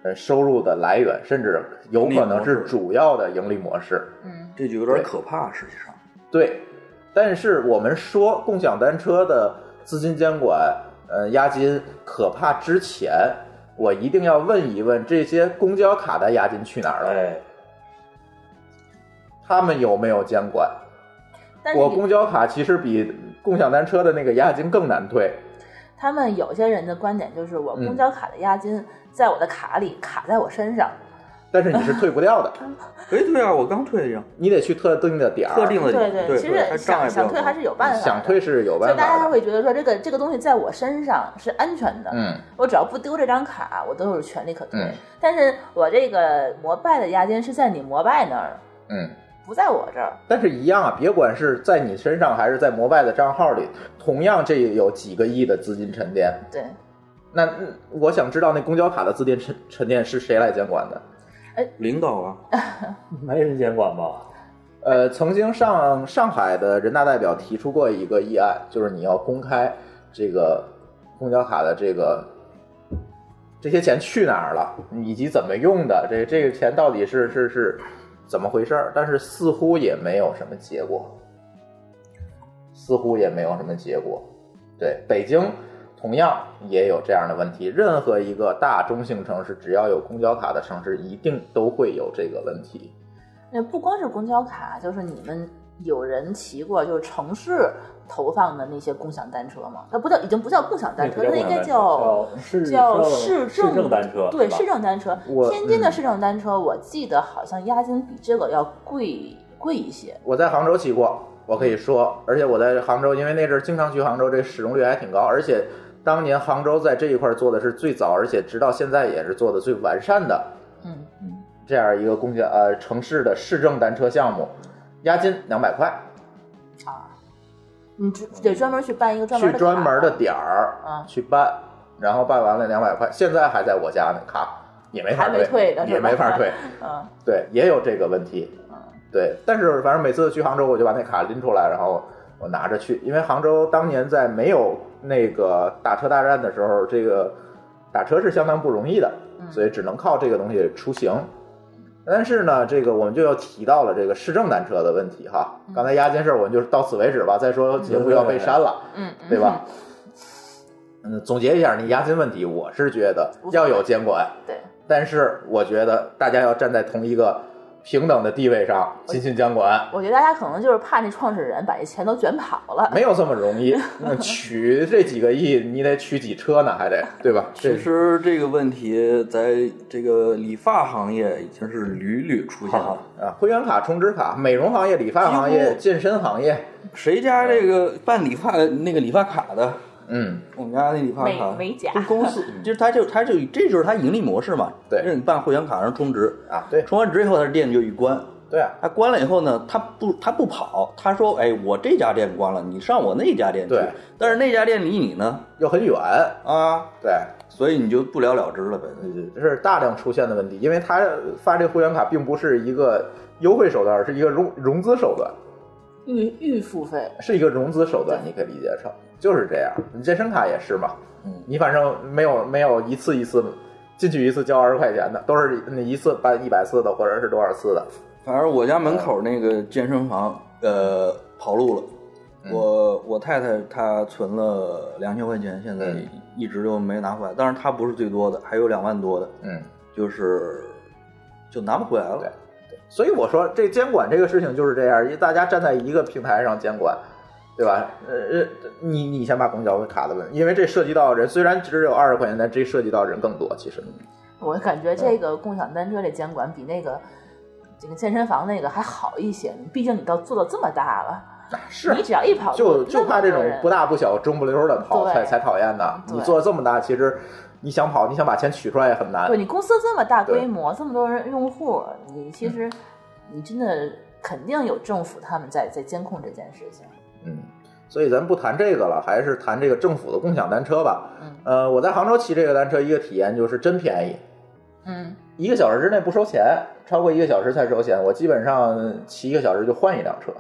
呃，收入的来源，甚至有可能是盈利模式主要的盈利模式。嗯，这就有点可怕，实际上。对，但是我们说共享单车的资金监管，呃，押金可怕之前，我一定要问一问这些公交卡的押金去哪儿了？哎，他们有没有监管？但是我你公交卡其实比共享单车的那个押金更难退。他们有些人的观点就是，我嗯公交卡的押金在我的卡里，卡在我身上。但是你是退不掉 的，哎，对啊，我刚退的，你得去特定的点儿，特定的对对，其它实障碍想想退比较多还是有办法的，想退是有所以办大家法他的。会觉得说，这个这个东西在我身上是安全的，嗯，我只要不丢这张卡，我都有权利可退。嗯但是我这个摩拜的押金是在你摩拜那儿，嗯，不在我这儿。但是一样啊，别管是在你身上还是在摩拜的账号里，同样这有几个亿的资金沉淀，对，那嗯我想知道那公交卡的资金沉沉淀是谁来监管的？领导啊， 哎没人监管吧？呃，曾经上上海的人大代表提出过一个议案，就是你要公开这个公交卡的这个这些钱去哪儿了，以及怎么用的，这这个钱到底是是是怎么回事儿？但是似乎也没有什么结果，似乎也没有什么结果。对，北京同样也有这样的问题。任何一个大中型城市，只要有公交卡的城市，一定都会有这个问题。呃，不光是公交卡，就是你们有人骑过就是城市投放的那些共享单车吗？它不叫，已经不叫共享 单车，那它不叫应该共叫享单车叫叫市市政市政单车对，是吧市政单车我。天津的嗯市政单车，我记得好像押金比这个要贵贵一些。我在杭州骑过，我可以说，而且我在杭州，因为那阵儿经常去杭州，这使用率还挺高，而且当年杭州在这一块儿做的是最早，而且直到现在也是做的最完善的嗯，这样一个公交呃城市的市政单车项目，押金两百块，你只得专门去办一个专门去的专门的卡点儿啊去办，然后办完了两百块，现在还在我家呢，卡也没法还没退呢也是吧没法退，嗯，对，也有这个问题。对，但是反正每次去杭州，我就把那卡拎出来，然后我拿着去，因为杭州当年在没有那个打车大战的时候，这个打车是相当不容易的，所以只能靠这个东西出行。但是呢，这个我们就要提到了这个市政单车的问题哈。刚才押金事儿，我们就到此为止吧。再说节目又要被删了，嗯嗯对吧？嗯，总结一下，你押金问题，我是觉得要有监管，嗯对，但是我觉得大家要站在同一个平等的地位上，勤勤监 管，我觉得大家可能就是怕那创始人把这钱都卷跑了。没有这么容 易。那取这几个亿，你得取几车呢？还得对吧？这其实这个问题在这个理发行业已经是屡屡出现了。啊，会员卡、充值卡、美容行业、理发行几业、乎健身行业，谁家这个办理发呃那个理发卡的？嗯，我们家那理发卡美美甲就公 司，就是他就他就这就是他盈利模式嘛。对就是你办会员卡上充值啊对充完值以后他店就一关，对啊，他关了以后呢，他不他不跑，他说哎我这家店关了，你上我那家店去对，但是那家店离你呢又很远，啊，对，所以你就不了了之了呗。这是大量出现的问题，因为他发这会员卡并不是一个优惠手段，是一个融融资手段。预预付费，是一个融资手段，你可以理解成就是这样。你健身卡也是嘛，你反正没有没有一次一次进去一次交二十块钱的，都是你一次办一百次的或者是多少次的。反正我家门嗯口那个健身房，呃，跑路了。嗯我我太太她存了两千块钱，现在嗯一直就没拿回来。但是她不是最多的，还有两万多的，嗯，就是就拿不回来对了。所以我说这监管这个事情就是这样，大家站在一个平台上监管，对吧？呃呃，你你先把公交卡的问题，因为这涉及到人，虽然只有二十块钱，但这涉及到人更多。其实，我感觉这个共享单车这监管比那个这个健身房那个还好一些，毕竟你都做到这么大了，啊是你只要一跑就就怕这种不大大不小、中不溜的跑对才才讨厌呢。对你做这么大，其实你想跑，你想把钱取出来也很难对。你公司这么大规模，这么多人用户，你嗯其实你真的肯定有政府他们在在监控这件事情。嗯，所以咱不谈这个了，还是谈这个政府的共享单车吧。嗯呃，我在杭州骑这个单车，一个体验就是真便宜，嗯，一个小时之内不收钱，超过一个小时才收钱。我基本上骑一个小时就换一辆车，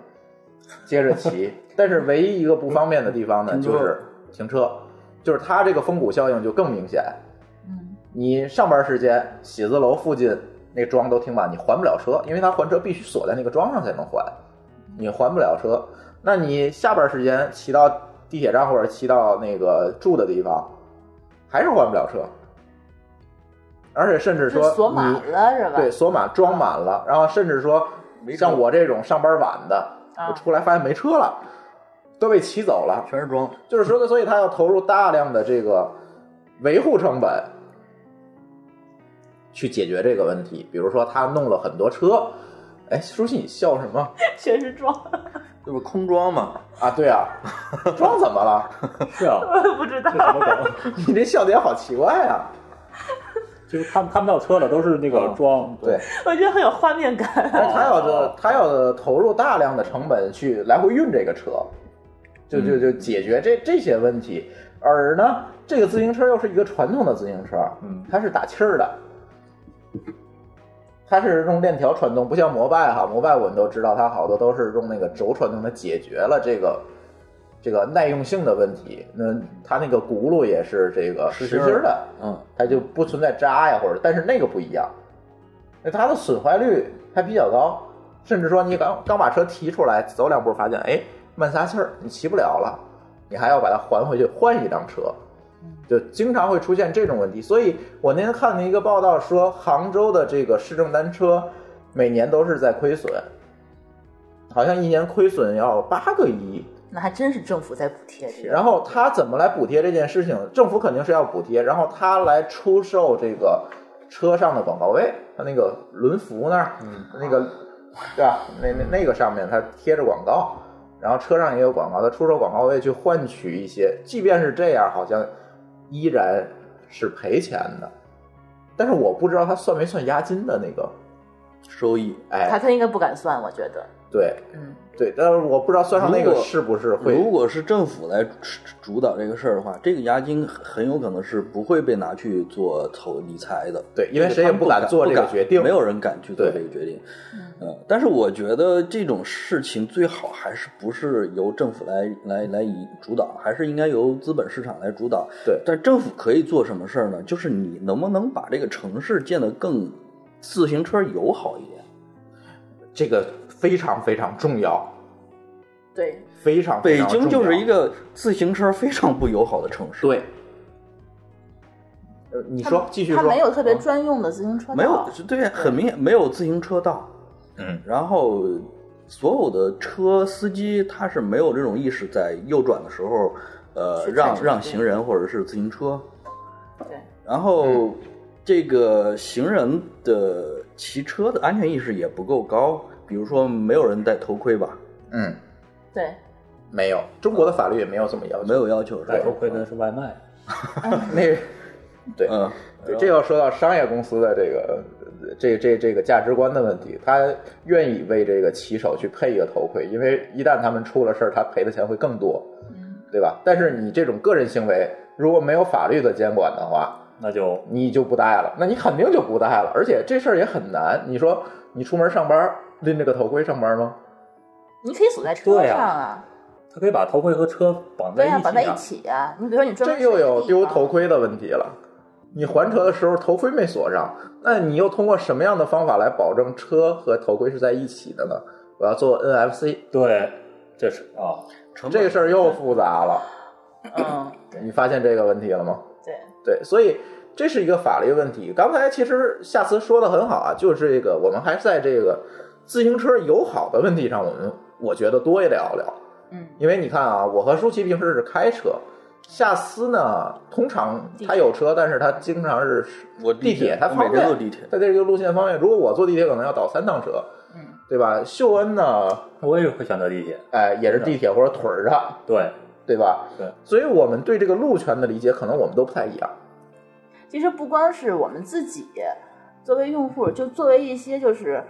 接着 骑。但是唯一一个不方便的地方呢，停车就是停车，就是它这个风谷效应就更明显。嗯，你上班时间写字楼附近那桩都停满，你还不了车，因为它还车必须锁在那个桩上才能还，你还不了车。那你下班时间骑到地铁站或者骑到那个住的地方，还是还不了车。而且甚至是说锁满你了是吧？ 对，锁满装满了，然后甚至说没车像我这种上班晚的，啊我出来发现没车了，都被骑走了。全是装，就是说的，所以他要投入大量的这个维护成本去解决这个问题。比如说，他弄了很多车，哎，舒淇，你笑什么全是装， 这不空装嘛？啊？对啊，装怎么了？是啊，不知道这。什么梗？你这笑点好奇怪啊！就是看看不到车了，都是那个装。对，我觉得很有画面感。 但是他要的他要的投入大量的成本去来回运这个车，就就就解决这这些问题。而呢，这个自行车又是一个传统的自行车，嗯它是打气儿的，它是用链条传动，不像摩拜哈，摩拜我们都知道它好多都是用那个轴传动，它解决了这个这个耐用性的问题。那它那个轱辘也是这个实心儿的，嗯，它就不存在扎呀或者，但是那个不一样，那它的损坏率还比较高，甚至说你刚刚把车提出来走两步，发现哎慢撒气儿，你骑不了了，你还要把它还回去换一辆车，就经常会出现这种问题。所以我那天看了一个报道说，杭州的这个市政单车每年都是在亏损，好像一年亏损要八个亿。那还真是政府在补贴这个。然后他怎么来补贴这件事情？政府肯定是要补贴，然后他来出售这个车上的广告位，他那个轮辐那儿，嗯那个对吧？那那那个上面他贴着广告，然后车上也有广告，他出售广告位去换取一些，即便是这样，好像依然是赔钱的。但是我不知道他算没算押金的那个，收益。他哎，他应该不敢算，我觉得，对嗯，对，但是我不知道算上那如个果是不是会如果是政府来主主导这个事儿的话，这个押金很有可能是不会被拿去做投理财的，对因为谁也他们不不敢做这个不敢决定没有人敢去做对这个决定。呃，但是我觉得这种事情最好还是不是由政府来来来以主导，还是应该由资本市场来主导。对但政府可以做什么事儿呢？就是你能不能把这个城市建得更自行车友好一点？这个非常非常重要，对，非常非北常京就重是要一个自行车非常不友好的城市。对，呃，你他说，继续他说。没有特别嗯专用的自行车道，没有，对，很明显没有自行车道。嗯，然后所有的车司机他是没有这种意识，在右转的时候，呃，去踩让刹让车行人或者是自行车。对，然后这个行人的骑车的安全意识也不够高，比如说没有人戴头盔吧，嗯，对，没有，中国的法律也没有这么要求。没有要求是吧戴？头盔的是外卖， 那个，对，嗯，对，这要说到商业公司的这个这这这个价值观的问题，他愿意为这个骑手去配一个头盔，因为一旦他们出了事儿，他赔的钱会更多，嗯对吧？但是你这种个人行为，如果没有法律的监管的话，那就你就不戴了，那你肯定就不戴了。而且这事儿也很难，你说你出门上班拎着个头盔上班吗？你可以锁在车对啊上啊，他可以把头盔和车绑在对一呀，起、绑在一起啊。你比如说你专这门又有去一个地丢方头，盔的问题了。你还车的时候头盔没锁上，那你又通过什么样的方法来保证车和头盔是在一起的呢？我要做 NFC，对，这是啊，这个事儿又复杂了。嗯，你发现这个问题了吗？对，对，所以这是一个法律问题。刚才其实夏慈说的很好啊，就是这个我们还在这个自行车友好的问题上，我们我觉得多聊聊。嗯，因为你看啊，我和舒淇平时是开车，夏思呢，通常他有车，但是他经常是我地铁，他我每方天便坐地铁。在这个路线方面，如果我坐地铁可能要倒三趟车，嗯，对吧？秀恩呢，我也会选择地铁。哎、也是地铁或者腿儿上，对，对吧？对，所以我们对这个路权的理解，可能我们都不太一样。其实不光是我们自己，作为用户，就作为一些就是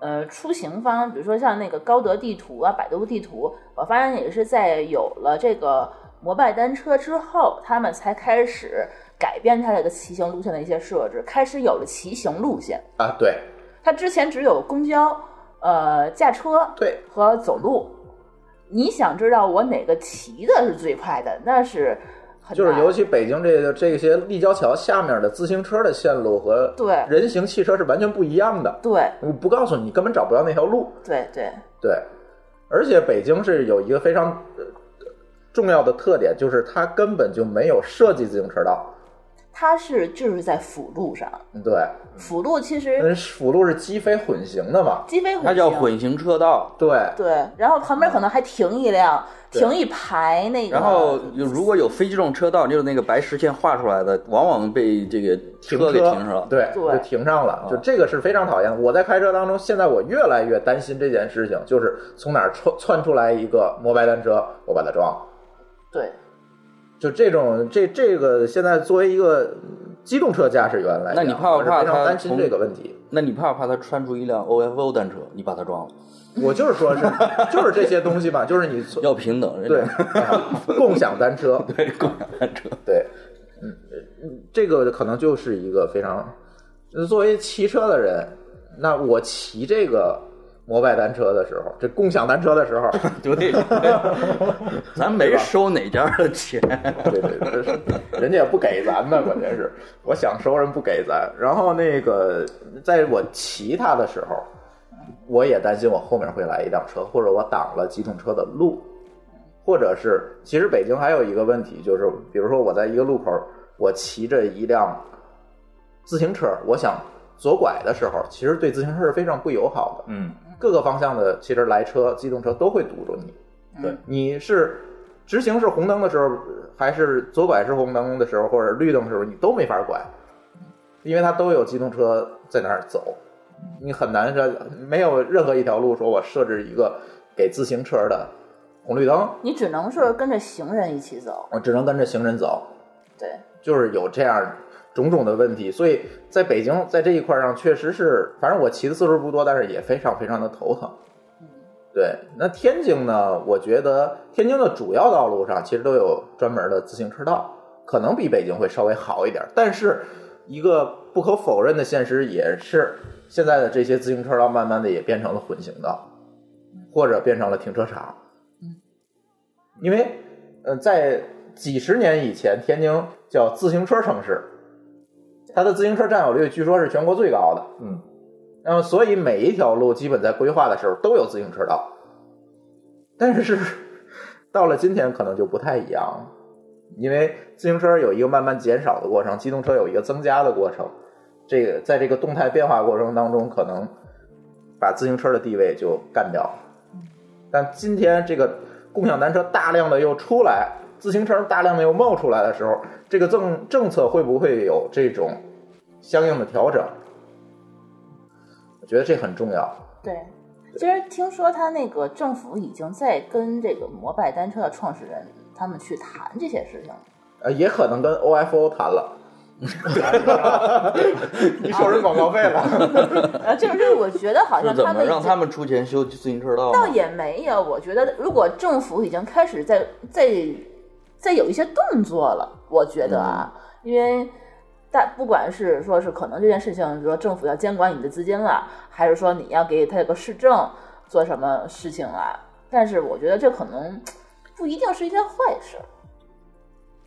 呃出行方，比如说像那个高德地图啊、百度地图，我发现也是在有了这个摩拜单车之后，他们才开始改变它这个骑行路线的一些设置，开始有了骑行路线。啊，对它之前只有公交、呃驾车对，和走路。你想知道我哪个骑的是最快的？那是很就是难尤其北京这个这些立交桥下面的自行车的线路和对人行汽车是完全不一样的。对我不告诉你，根本找不到那条路。对对，对，而且北京是有一个非常呃重要的特点，就是它根本就没有设计自行车道。它是就是在辅路上，对，辅路其那实辅路是机非混行的嘛？鸡飞它混叫行，混行车道，对，对，然后旁边可能还停一辆，对停一排那个，嗯然后有如果有非机动车道，就是那个白实线画出来的，往往被这个停车给停上了。嗯对，对就停上了。就这个是非常讨厌的。我在开车当中，现在我越来越担心这件事情，就是从哪儿窜窜出来一个摩拜单车，我把它撞了。对就这种这这个现在作为一个嗯机动车驾驶员来讲，那你怕不怕我是非常他担心从这个问题？那你怕不怕他穿出一辆 OFO 单车，你把他撞了？我就是说 是就是这些东西吧，就是你要平等，人对家啊共享单车，对 共享单车。对，嗯，呃这个可能就是一个非常，呃作为骑车的人，那我骑这个摩拜单车的时候，这共享单车的时候，对，咱没收哪家的钱， 对对对，是人家也不给咱呢，关键是我想收人不给咱。然后那个，在我骑它的时候，我也担心我后面会来一辆车，或者我挡了机动车的路，或者是其实北京还有一个问题，就是比如说我在一个路口，我骑着一辆自行车，我想左拐的时候，其实对自行车是非常不友好的。嗯，各个方向的其实来车、机动车都会堵住你。对，你是直行是红灯的时候，还是左拐是红灯的时候，或者绿灯的时候，你都没法拐，因为它都有机动车在那儿走，你很难说没有任何一条路说我设置一个给自行车的红绿灯，你只能是跟着行人一起走。我只能跟着行人走。对，就是有这样种种的问题，所以在北京在这一块上确实是，反正我骑的次数不多，但是也非常非常的头疼。对，那天津呢？我觉得天津的主要道路上其实都有专门的自行车道，可能比北京会稍微好一点。但是，一个不可否认的现实也是，现在的这些自行车道慢慢的也变成了混行道，或者变成了停车场。因为，呃，在几十年以前，天津叫自行车城市，它的自行车占有率据说是全国最高的。嗯，那么所以每一条路基本在规划的时候都有自行车道，但是到了今天可能就不太一样了，因为自行车有一个慢慢减少的过程，机动车有一个增加的过程，这个在这个动态变化过程当中，可能把自行车的地位就干掉了。但今天这个共享单车大量的又出来，自行车大量的又冒出来的时候，这个政政策会不会有这种相应的调整？我觉得这很重要。对，其实听说他那个政府已经在跟这个摩拜单车的创始人他们去谈这些事情了。呃，也可能跟 OFO 谈了。 你收人广告费了，呃，就是就是我觉得好是像怎他么们已让经他们出钱修自行车道吗？哦倒也没有，我觉得如果政府已经开始在在在有一些动作了，我觉得啊，嗯因为大不管是说是可能这件事情，比如说政府要监管你的资金了，还是说你要给他个市政做什么事情啊，但是我觉得这可能不一定是一件坏事。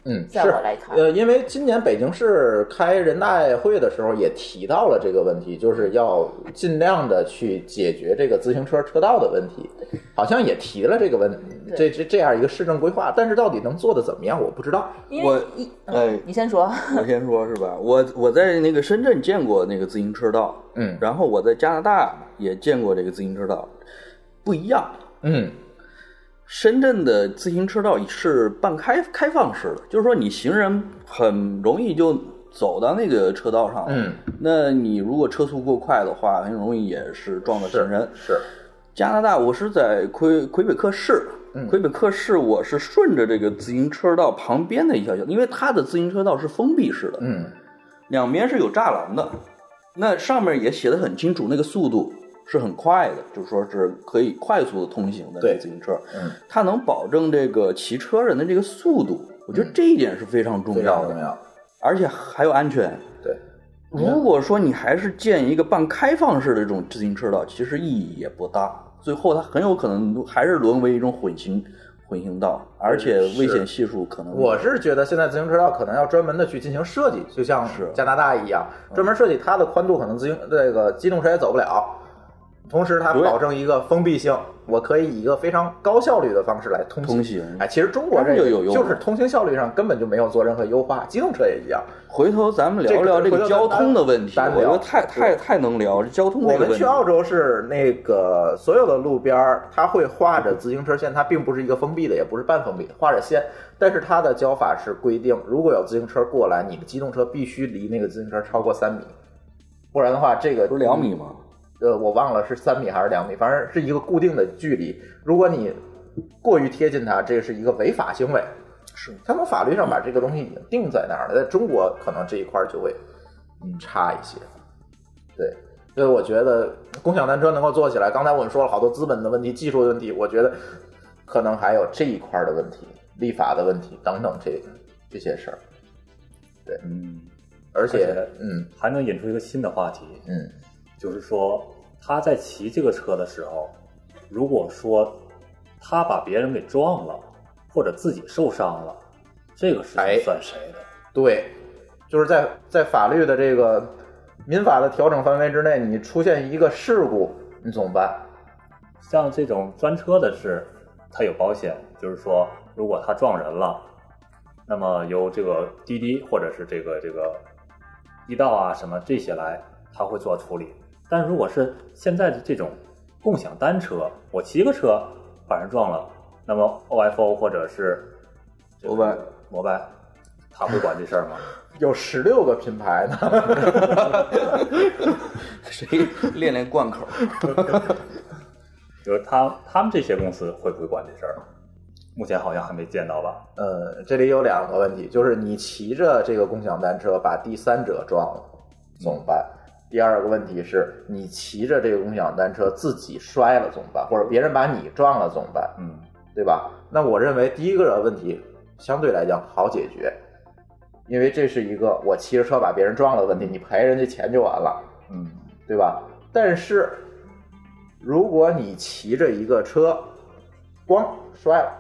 嗯，是在我来看呃，因为今年北京市开人大会的时候也提到了这个问题，就是要尽量的去解决这个自行车车道的问题，好像也提了这个问这对这这样一个市政规划，但是到底能做的怎么样，我不知道。因我为一、哎嗯，你先说，我先说是吧？我我在那个深圳见过那个自行车道，嗯然后我在加拿大也见过这个自行车道，不一样。嗯深圳的自行车道是半开开放式的，就是说你行人很容易就走到那个车道上了。嗯，那你如果车速过快的话，很容易也是撞到行人。是，加拿大，我是在魁魁北克市嗯，魁北克市我是顺着这个自行车道旁边的一条小，因为它的自行车道是封闭式的，嗯两边是有栅栏的，那上面也写的很清楚，那个速度是很快的，就说是可以快速的通行的对自行车，嗯，它能保证这个骑车人的这个速度，我觉得这一点是非常重非常要重的，要。而且还有安全。对，如果说你还是建一个半开放式的这种自行车道，其实意义也不大。最后它很有可能还是沦为一种混行混行道，而且危险系数可能我是觉得现在自行车道可能要专门的去进行设计，就像是嗯加拿大一样，专门设计它的宽度，可能自行这个机动车也走不了。同时，它对保证一个封闭性，我可以以一个非常高效率的方式来通行。通行哎，其实中国它这们个就有用就是通行效率上根本就没有做任何优化，机动车也一样。回头咱们聊聊这个交通的问题，这个我回觉头得咱太咱太太能聊这交通我这个们问去题。澳洲是那个所有的路边儿，它会画着自行车线，它并不是一个封闭的，也不是半封闭的，画着线。但是它的交法是规定，如果有自行车过来，你的机动车必须离那个自行车超过三米，不然的话，这个不是两米吗？ 呃，我忘了是三米还是两米，反正是一个固定的距离。如果你过于贴近它，这是一个违法行为。是，他们法律上把这个东西已经定在那儿了，在中国可能这一块儿就会嗯差一些。对，所以我觉得共享单车能够做起来，刚才我们说了好多资本的问题、技术的问题，我觉得可能还有这一块儿的问题、立法的问题等等这这些事儿。嗯，而而且且，嗯还能引出一个新的话题，嗯就是说他在骑这个车的时候，如果说他把别人给撞了，或者自己受伤了，这个事哎情算谁的？对，就是在在法律的这个民法的调整范围之内，你出现一个事故，你怎么办？像这种专车的是，它有保险，就是说如果它撞人了，那么由这个滴滴或者是这个这个医道啊什么这些来，它会做处理。但如果是现在的这种共享单车，我骑个车把人撞了，那么 OFO 或者是摩拜摩拜，他会管这事儿吗？ 有十六个品牌呢， 谁练练贯 口？就是他他们这些公司会不会管这事儿？目前好像还没见到吧？呃，这里有两个问题，就是你骑着这个共享单车把第三者撞了，怎么办？第二个问题是你骑着这个共享单车自己摔了怎么办？或者别人把你撞了怎么办？嗯，对吧？那我认为第一个问题相对来讲好解决，因为这是一个我骑着车把别人撞了的问题，你赔人家钱就完了，嗯，对吧？但是如果你骑着一个车，咣摔了，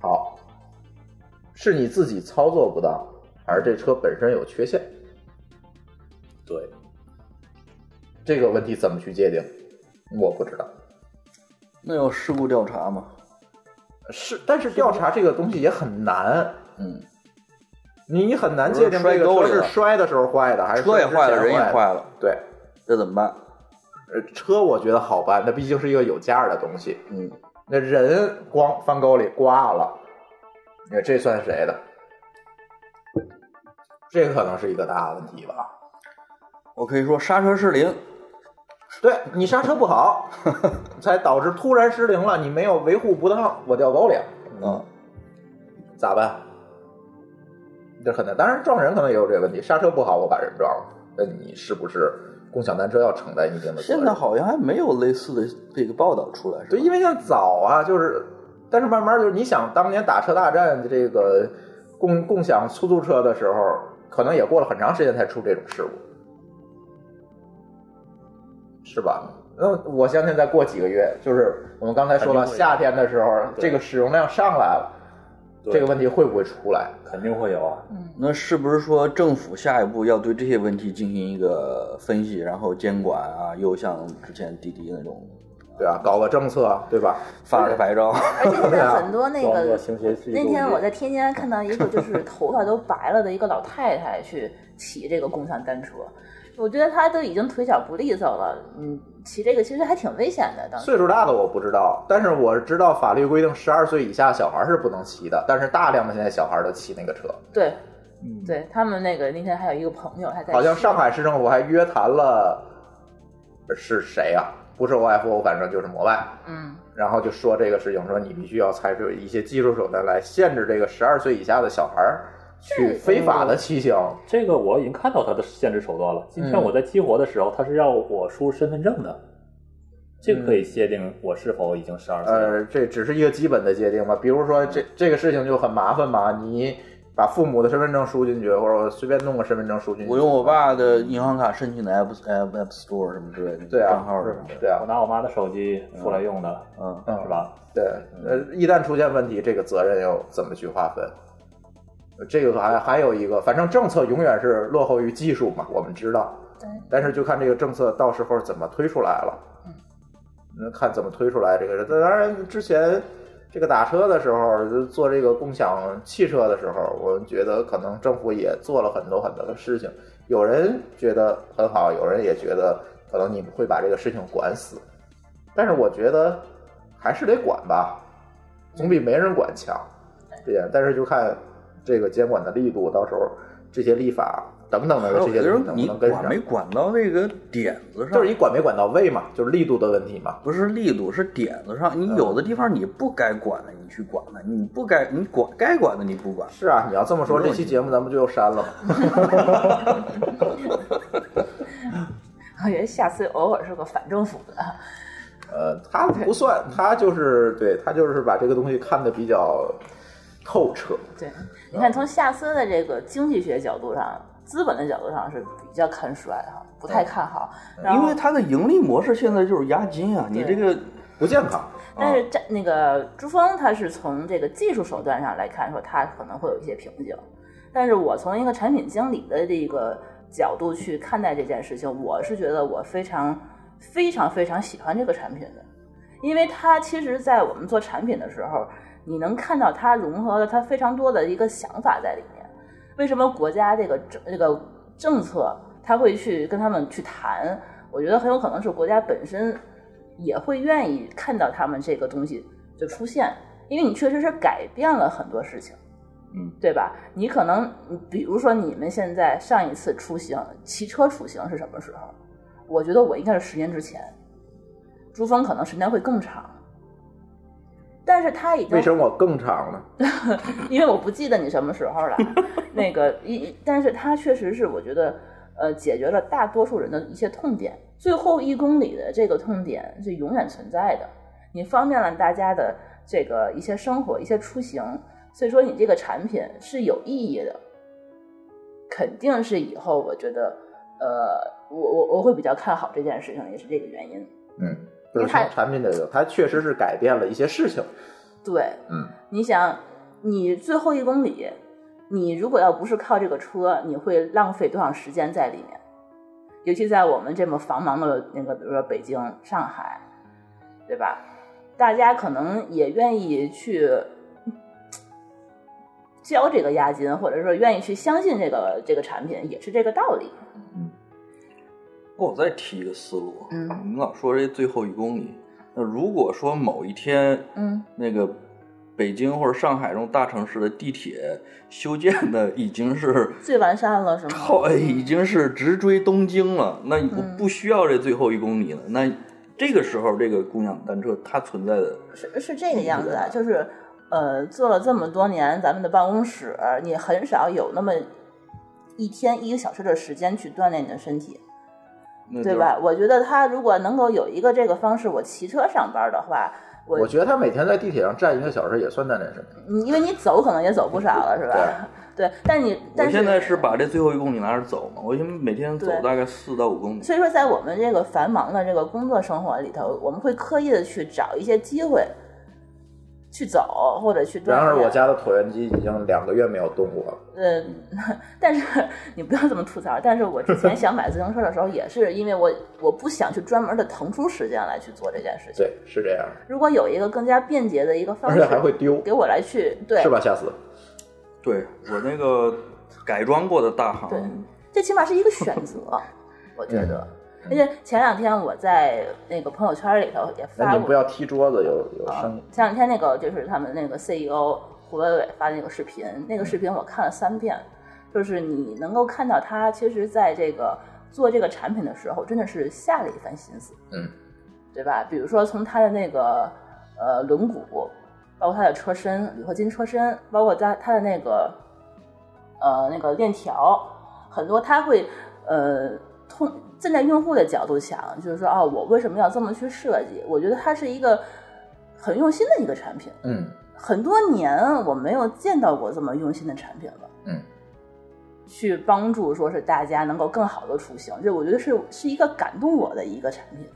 好，是你自己操作不当，还是这车本身有缺陷？对，这个问题怎么去界定？我不知道。那要事故调查吗？是，但是调查这个东西也很难，嗯，你你很难界定这个车是摔的时候坏的，还是车也坏了，之前人也坏坏的。了，对，这怎么办？呃，车我觉得好办，那毕竟是一个有价儿的东西。嗯，那人光翻沟里刮了，那这算谁的？这可能是一个大问题吧。我可以说刹车失灵， 对你刹车不好，才导致突然失灵了，你没有维护不当，我掉沟里了，啊，咋办？这很难。当然，撞人可能也有这个问题，刹车不好，我把人撞了，那你是不是共享单车要承担一定的责任？现在好像还没有类似的这个报道出来，是吧对，因为现在早啊，就是，但是慢慢就是，你想当年打车大战这个共共享出租车的时候，可能也过了很长时间才出这种事故，是吧？那我相信再过几个月，就是我们刚才说了，肯定会有夏天的时候，对这个使用量上来了，对这个问题会不会出来？肯定会有啊。那是不是说政府下一步要对这些问题进行一个分析，然后监管啊？又像之前滴滴那种对吧？搞个政策，对吧？发个牌照，而且现在很多那装作个倾斜是一个那天我在天津看到一个就是头发都白了的一个老太太去骑这个共享单车，我觉得她都已经腿脚不利索了，嗯，骑这个其实还挺危险的。当时岁数大的我不知道，但是我知道法律规定十二岁以下小孩是不能骑的，但是大量的现在小孩都骑那个车。对嗯，对，他们那个那天还有一个朋友还在好像骑上海市政府还约谈了是谁啊？不是 OFO，反正就是摩拜。嗯然后就说这个事情，说你必须要采取一些技术手段来限制这个十二岁以下的小孩儿去非法的骑行。这个我已经看到他的限制手段了。今嗯天我在激活的时候，他是要我输身份证的，这个可以界定我是否已经十二岁了。呃，这只是一个基本的界定吧。比如说这这个事情就很麻烦嘛，你把父母的身份证输进去，或者我随便弄个身份证输进去。我用我爸的银行卡申请的 App App App Store 什么之类的对啊账号什么，的，对啊我，拿我妈的手机出来用的，嗯，嗯是？吧？对，呃，一旦出现问题，这个责任又怎么去划分？呃这个还还有一个，反正政策永远是落后于技术嘛，我们知道。对 但是就看这个政策到时候怎么推出来了。那看怎么推出来这个。当然，之前这个打车的时候，做这个共享汽车的时候，我们觉得可能政府也做了很多很多的事情。有人觉得很好，有人也觉得可能你们会把这个事情管死。但是我觉得还是得管吧，总比没人管强。这样，但是就看这个监管的力度，到时候这些立法等等还的有这些就是东西能不你能跟上管没？管到这个点子上，就是你管没管到位嘛，就是力度的问题嘛。不是力度，是点子上。嗯你有的地方你不该管的，你去管它；你不该你管该管的你不管。是啊，你要这么说，这期节目咱们就又删了嘛。我觉得下次偶尔是个反政府的，呃，他不算，他就是对他就是把这个东西看得比较透彻。对，你看从夏思的这个经济学角度上，资本的角度上是比较看衰哈，不太看好。嗯然因后为它的盈利模式现在就是押金啊，你对这个，不健康。啊但是这那个珠峰，他是从这个技术手段上来看，说他可能会有一些瓶颈。但是我从一个产品经理的这个角度去看待这件事情，我是觉得我非常、非常、非常喜欢这个产品的，因为它其实，在我们做产品的时候，你能看到它融合了它非常多的一个想法在里面。为什么国家这个政这个政策，他会去跟他们去谈？我觉得很有可能是国家本身也会愿意看到他们这个东西就出现，因为你确实是改变了很多事情，嗯，对吧？你可能，你比如说你们现在上一次出行骑车出行是什么时候？我觉得我应该是十年之前，珠峰可能时间会更长，但是他已经为什么我更长呢？因为我不记得你什么时候了。那个一，但是它确实是我觉得，呃，解决了大多数人的一些痛点。最后一公里的这个痛点是永远存在的，你方便了大家的这个一些生活、一些出行，所以说你这个产品是有意义的，肯定是以后我觉得，呃，我我我会比较看好这件事情，也是这个原因。嗯，就是从产品的角度，它确实是改变了一些事情。对，嗯，你想，你最后一公里，你如果要不是靠这个车，你会浪费多少时间在里面？尤其在我们这么繁忙的那个，比如说北京、上海，对吧？大家可能也愿意去嗯交这个押金，或者说愿意去相信这个这个产品，也是这个道理。我再提一个思路，啊嗯你老说这最后一公里，那如果说某一天嗯，那个北京或者上海这种大城市的地铁修建的已经是最完善了是吗？超，哎已经是直追东京了，那我嗯不需要这最后一公里了。那这个时候，这个共享单车它存在的，是是这个样子啊，就是呃，做了这么多年咱们的办公室，你很少有那么一天一个小时的时间去锻炼你的身体，那就对吧？？我觉得他如果能够有一个这个方式，我骑车上班的话，我我觉得他每天在地铁上站一个小时也算锻炼身体。你因为你走可能也走不少了，是吧？对，但你但我是现在是把这最后一公里拿着走嘛，我现在每天走对大概四到五公里。所以说，在我们这个繁忙的这个工作生活里头，我们会刻意的去找一些机会去走或者去锻炼。然而，我家的椭圆机已经两个月没有动过了。呃， 但是你不要这么吐槽。但是我之前想买自行车的时候，也是因为我我不想去专门的腾出时间来去做这件事情。对，是这样，如果有一个更加便捷的一个方而式，且还会丢，给我来去对是？吧？下次对我那个改装过的大对行，这起码是一个选 择，我觉嗯得。而且前两天我在那个朋友圈里头也那发你不过，要踢桌子，有有啊声音。前两天那个就是他们那个 CEO 胡伟伟发的那个视频，那个视频我看了三遍，就是你能够看到他其实在这个做这个产品的时候，真的是下了一番心思，嗯，对吧？比如说从他的那个呃轮毂，包括他的车身铝合金车身，包括他他的那个呃那个链条，很多他会呃通站在用户的角度想，就是说哦，我为什么要这么去设计？我觉得它是一个很用心的一个产品。嗯，很多年我没有见到过这么用心的产品了。嗯，去帮助说是大家能够更好的出行，这我觉得是是一个感动我的一个产品。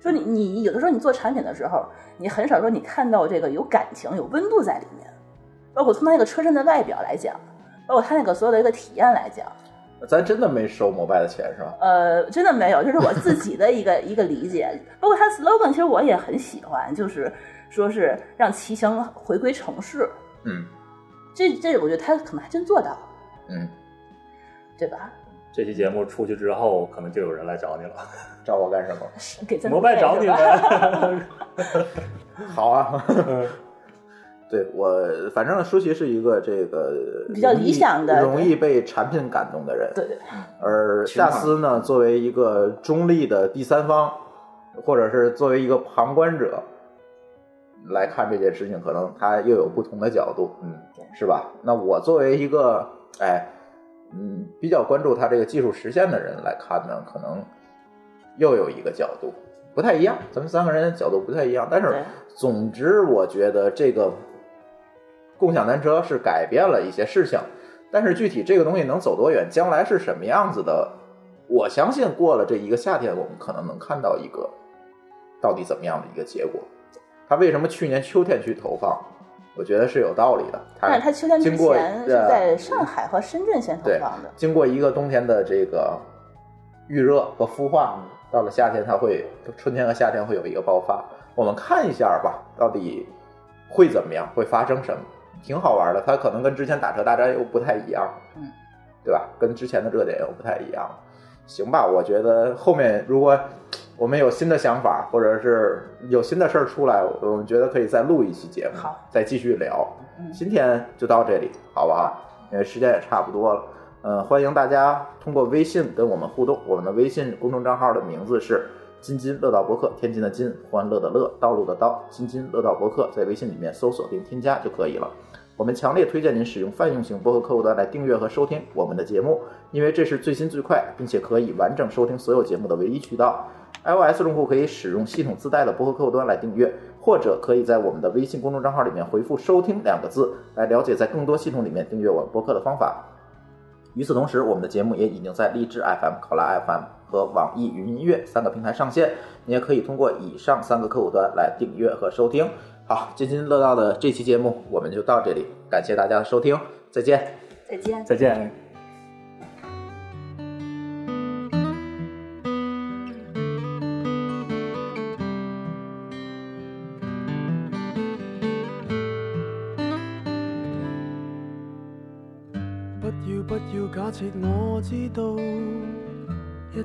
就你你有的时候你做产品的时候，你很少说你看到这个有感情、有温度在里面，包括从它那个车身的外表来讲，包括它那个所有的一个体验来讲，咱真的没收摩拜的钱是吧？呃，真的没有，这是我自己的一 个一个理解。包括它 slogan，其实我也很喜欢，就是说是让骑行回归城市，嗯这这我觉得他可能还真做到，了，嗯，对吧？这期节目出去之后，可能就有人来找你了。找我干什么？是给赞助摩拜费找是你吧们， 好啊。对我，反正舒淇是一个这个比较理想的容易容易被产品感动的人。对对，而夏思呢，作为一个中立的第三方，或者是作为一个旁观者来看这件事情，可能他又有不同的角度，嗯，是吧？那我作为一个哎，嗯，比较关注他这个技术实现的人来看呢，可能又有一个角度，不太一样。咱们三个人的角度不太一样，但是对总之，我觉得这个共享单车是改变了一些事情。但是具体这个东西能走多远，将来是什么样子的，我相信过了这一个夏天，我们可能能看到一个到底怎么样的一个结果。他为什么去年秋天去投放？我觉得是有道理的。 但是他秋天之经过呃前是在上海和深圳先投对放的，，经过一个冬天的这个预热和孵化，到了夏天它会，春天和夏天会有一个爆发。我们看一下吧，到底会怎么样，会发生什么，挺好玩的。它可能跟之前打车大战又不太一样，嗯，对吧？跟之前的热点又不太一样。行吧，我觉得后面如果我们有新的想法，或者是有新的事儿出来，我们觉得可以再录一期节目，好再继续聊。嗯今天就到这里，好不好？因为时间也差不多了。嗯，欢迎大家通过微信跟我们互动。我们的微信公众账号的名字是“津津乐道博客”，天津的津，欢乐的乐，道路的道，津津乐道博客，在微信里面搜索并添加就可以了。我们强烈推荐您使用泛用型播客客户端来订阅和收听我们的节目，因为这是最新最快，并且可以完整收听所有节目的唯一渠道。iOS 用户可以使用系统自带的播客客户端来订阅，或者可以在我们的微信公众账号里面回复“收听”两个字，来了解在更多系统里面订阅我们播客的方法。与此同时，我们的节目也已经在荔枝 FM、考拉 FM 和网易云音乐三个平台上线，你也可以通过以上三个客户端来订阅和收听。好，津津乐道的这期节目我们就到这里，感谢大家的收听，再见。再见。再见。不要不要假設我知道，一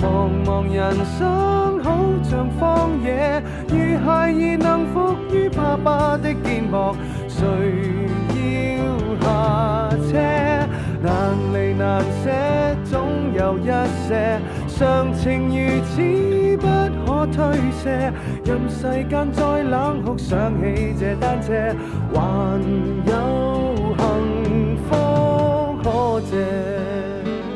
茫茫人生好像荒野，如孩兒能伏於爸爸的肩膊，誰要下車？難離難捨，總有一些常情如此不可推卸。任世間再冷酷，想起這單車，還有。幸福可借。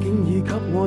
經已給我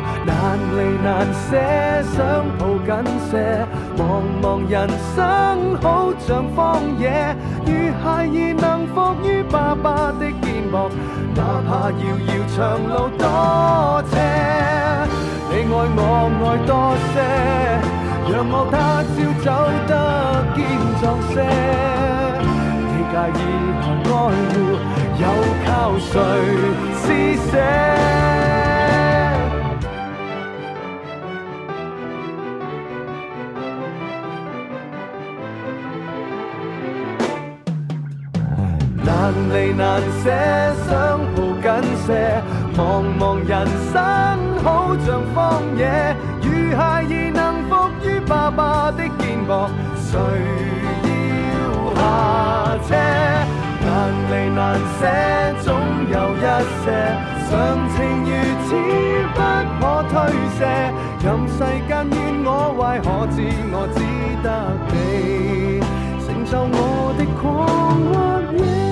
難離難捨，想抱緊些。茫茫人生好像荒野，如孩兒能伏於爸爸的肩膊，哪怕遙遙長路多斜，你愛我愛多些，讓我他朝走得健壯些。你介意和愛護，又靠誰施捨？難離難捨，想抱緊些。茫茫人生好像荒野，如孩兒能伏於爸爸的肩膊，誰要下車？難離難捨，總有一些常情如此不可推卸。任世間怨我壞，可知我只得你承受我的狂或野。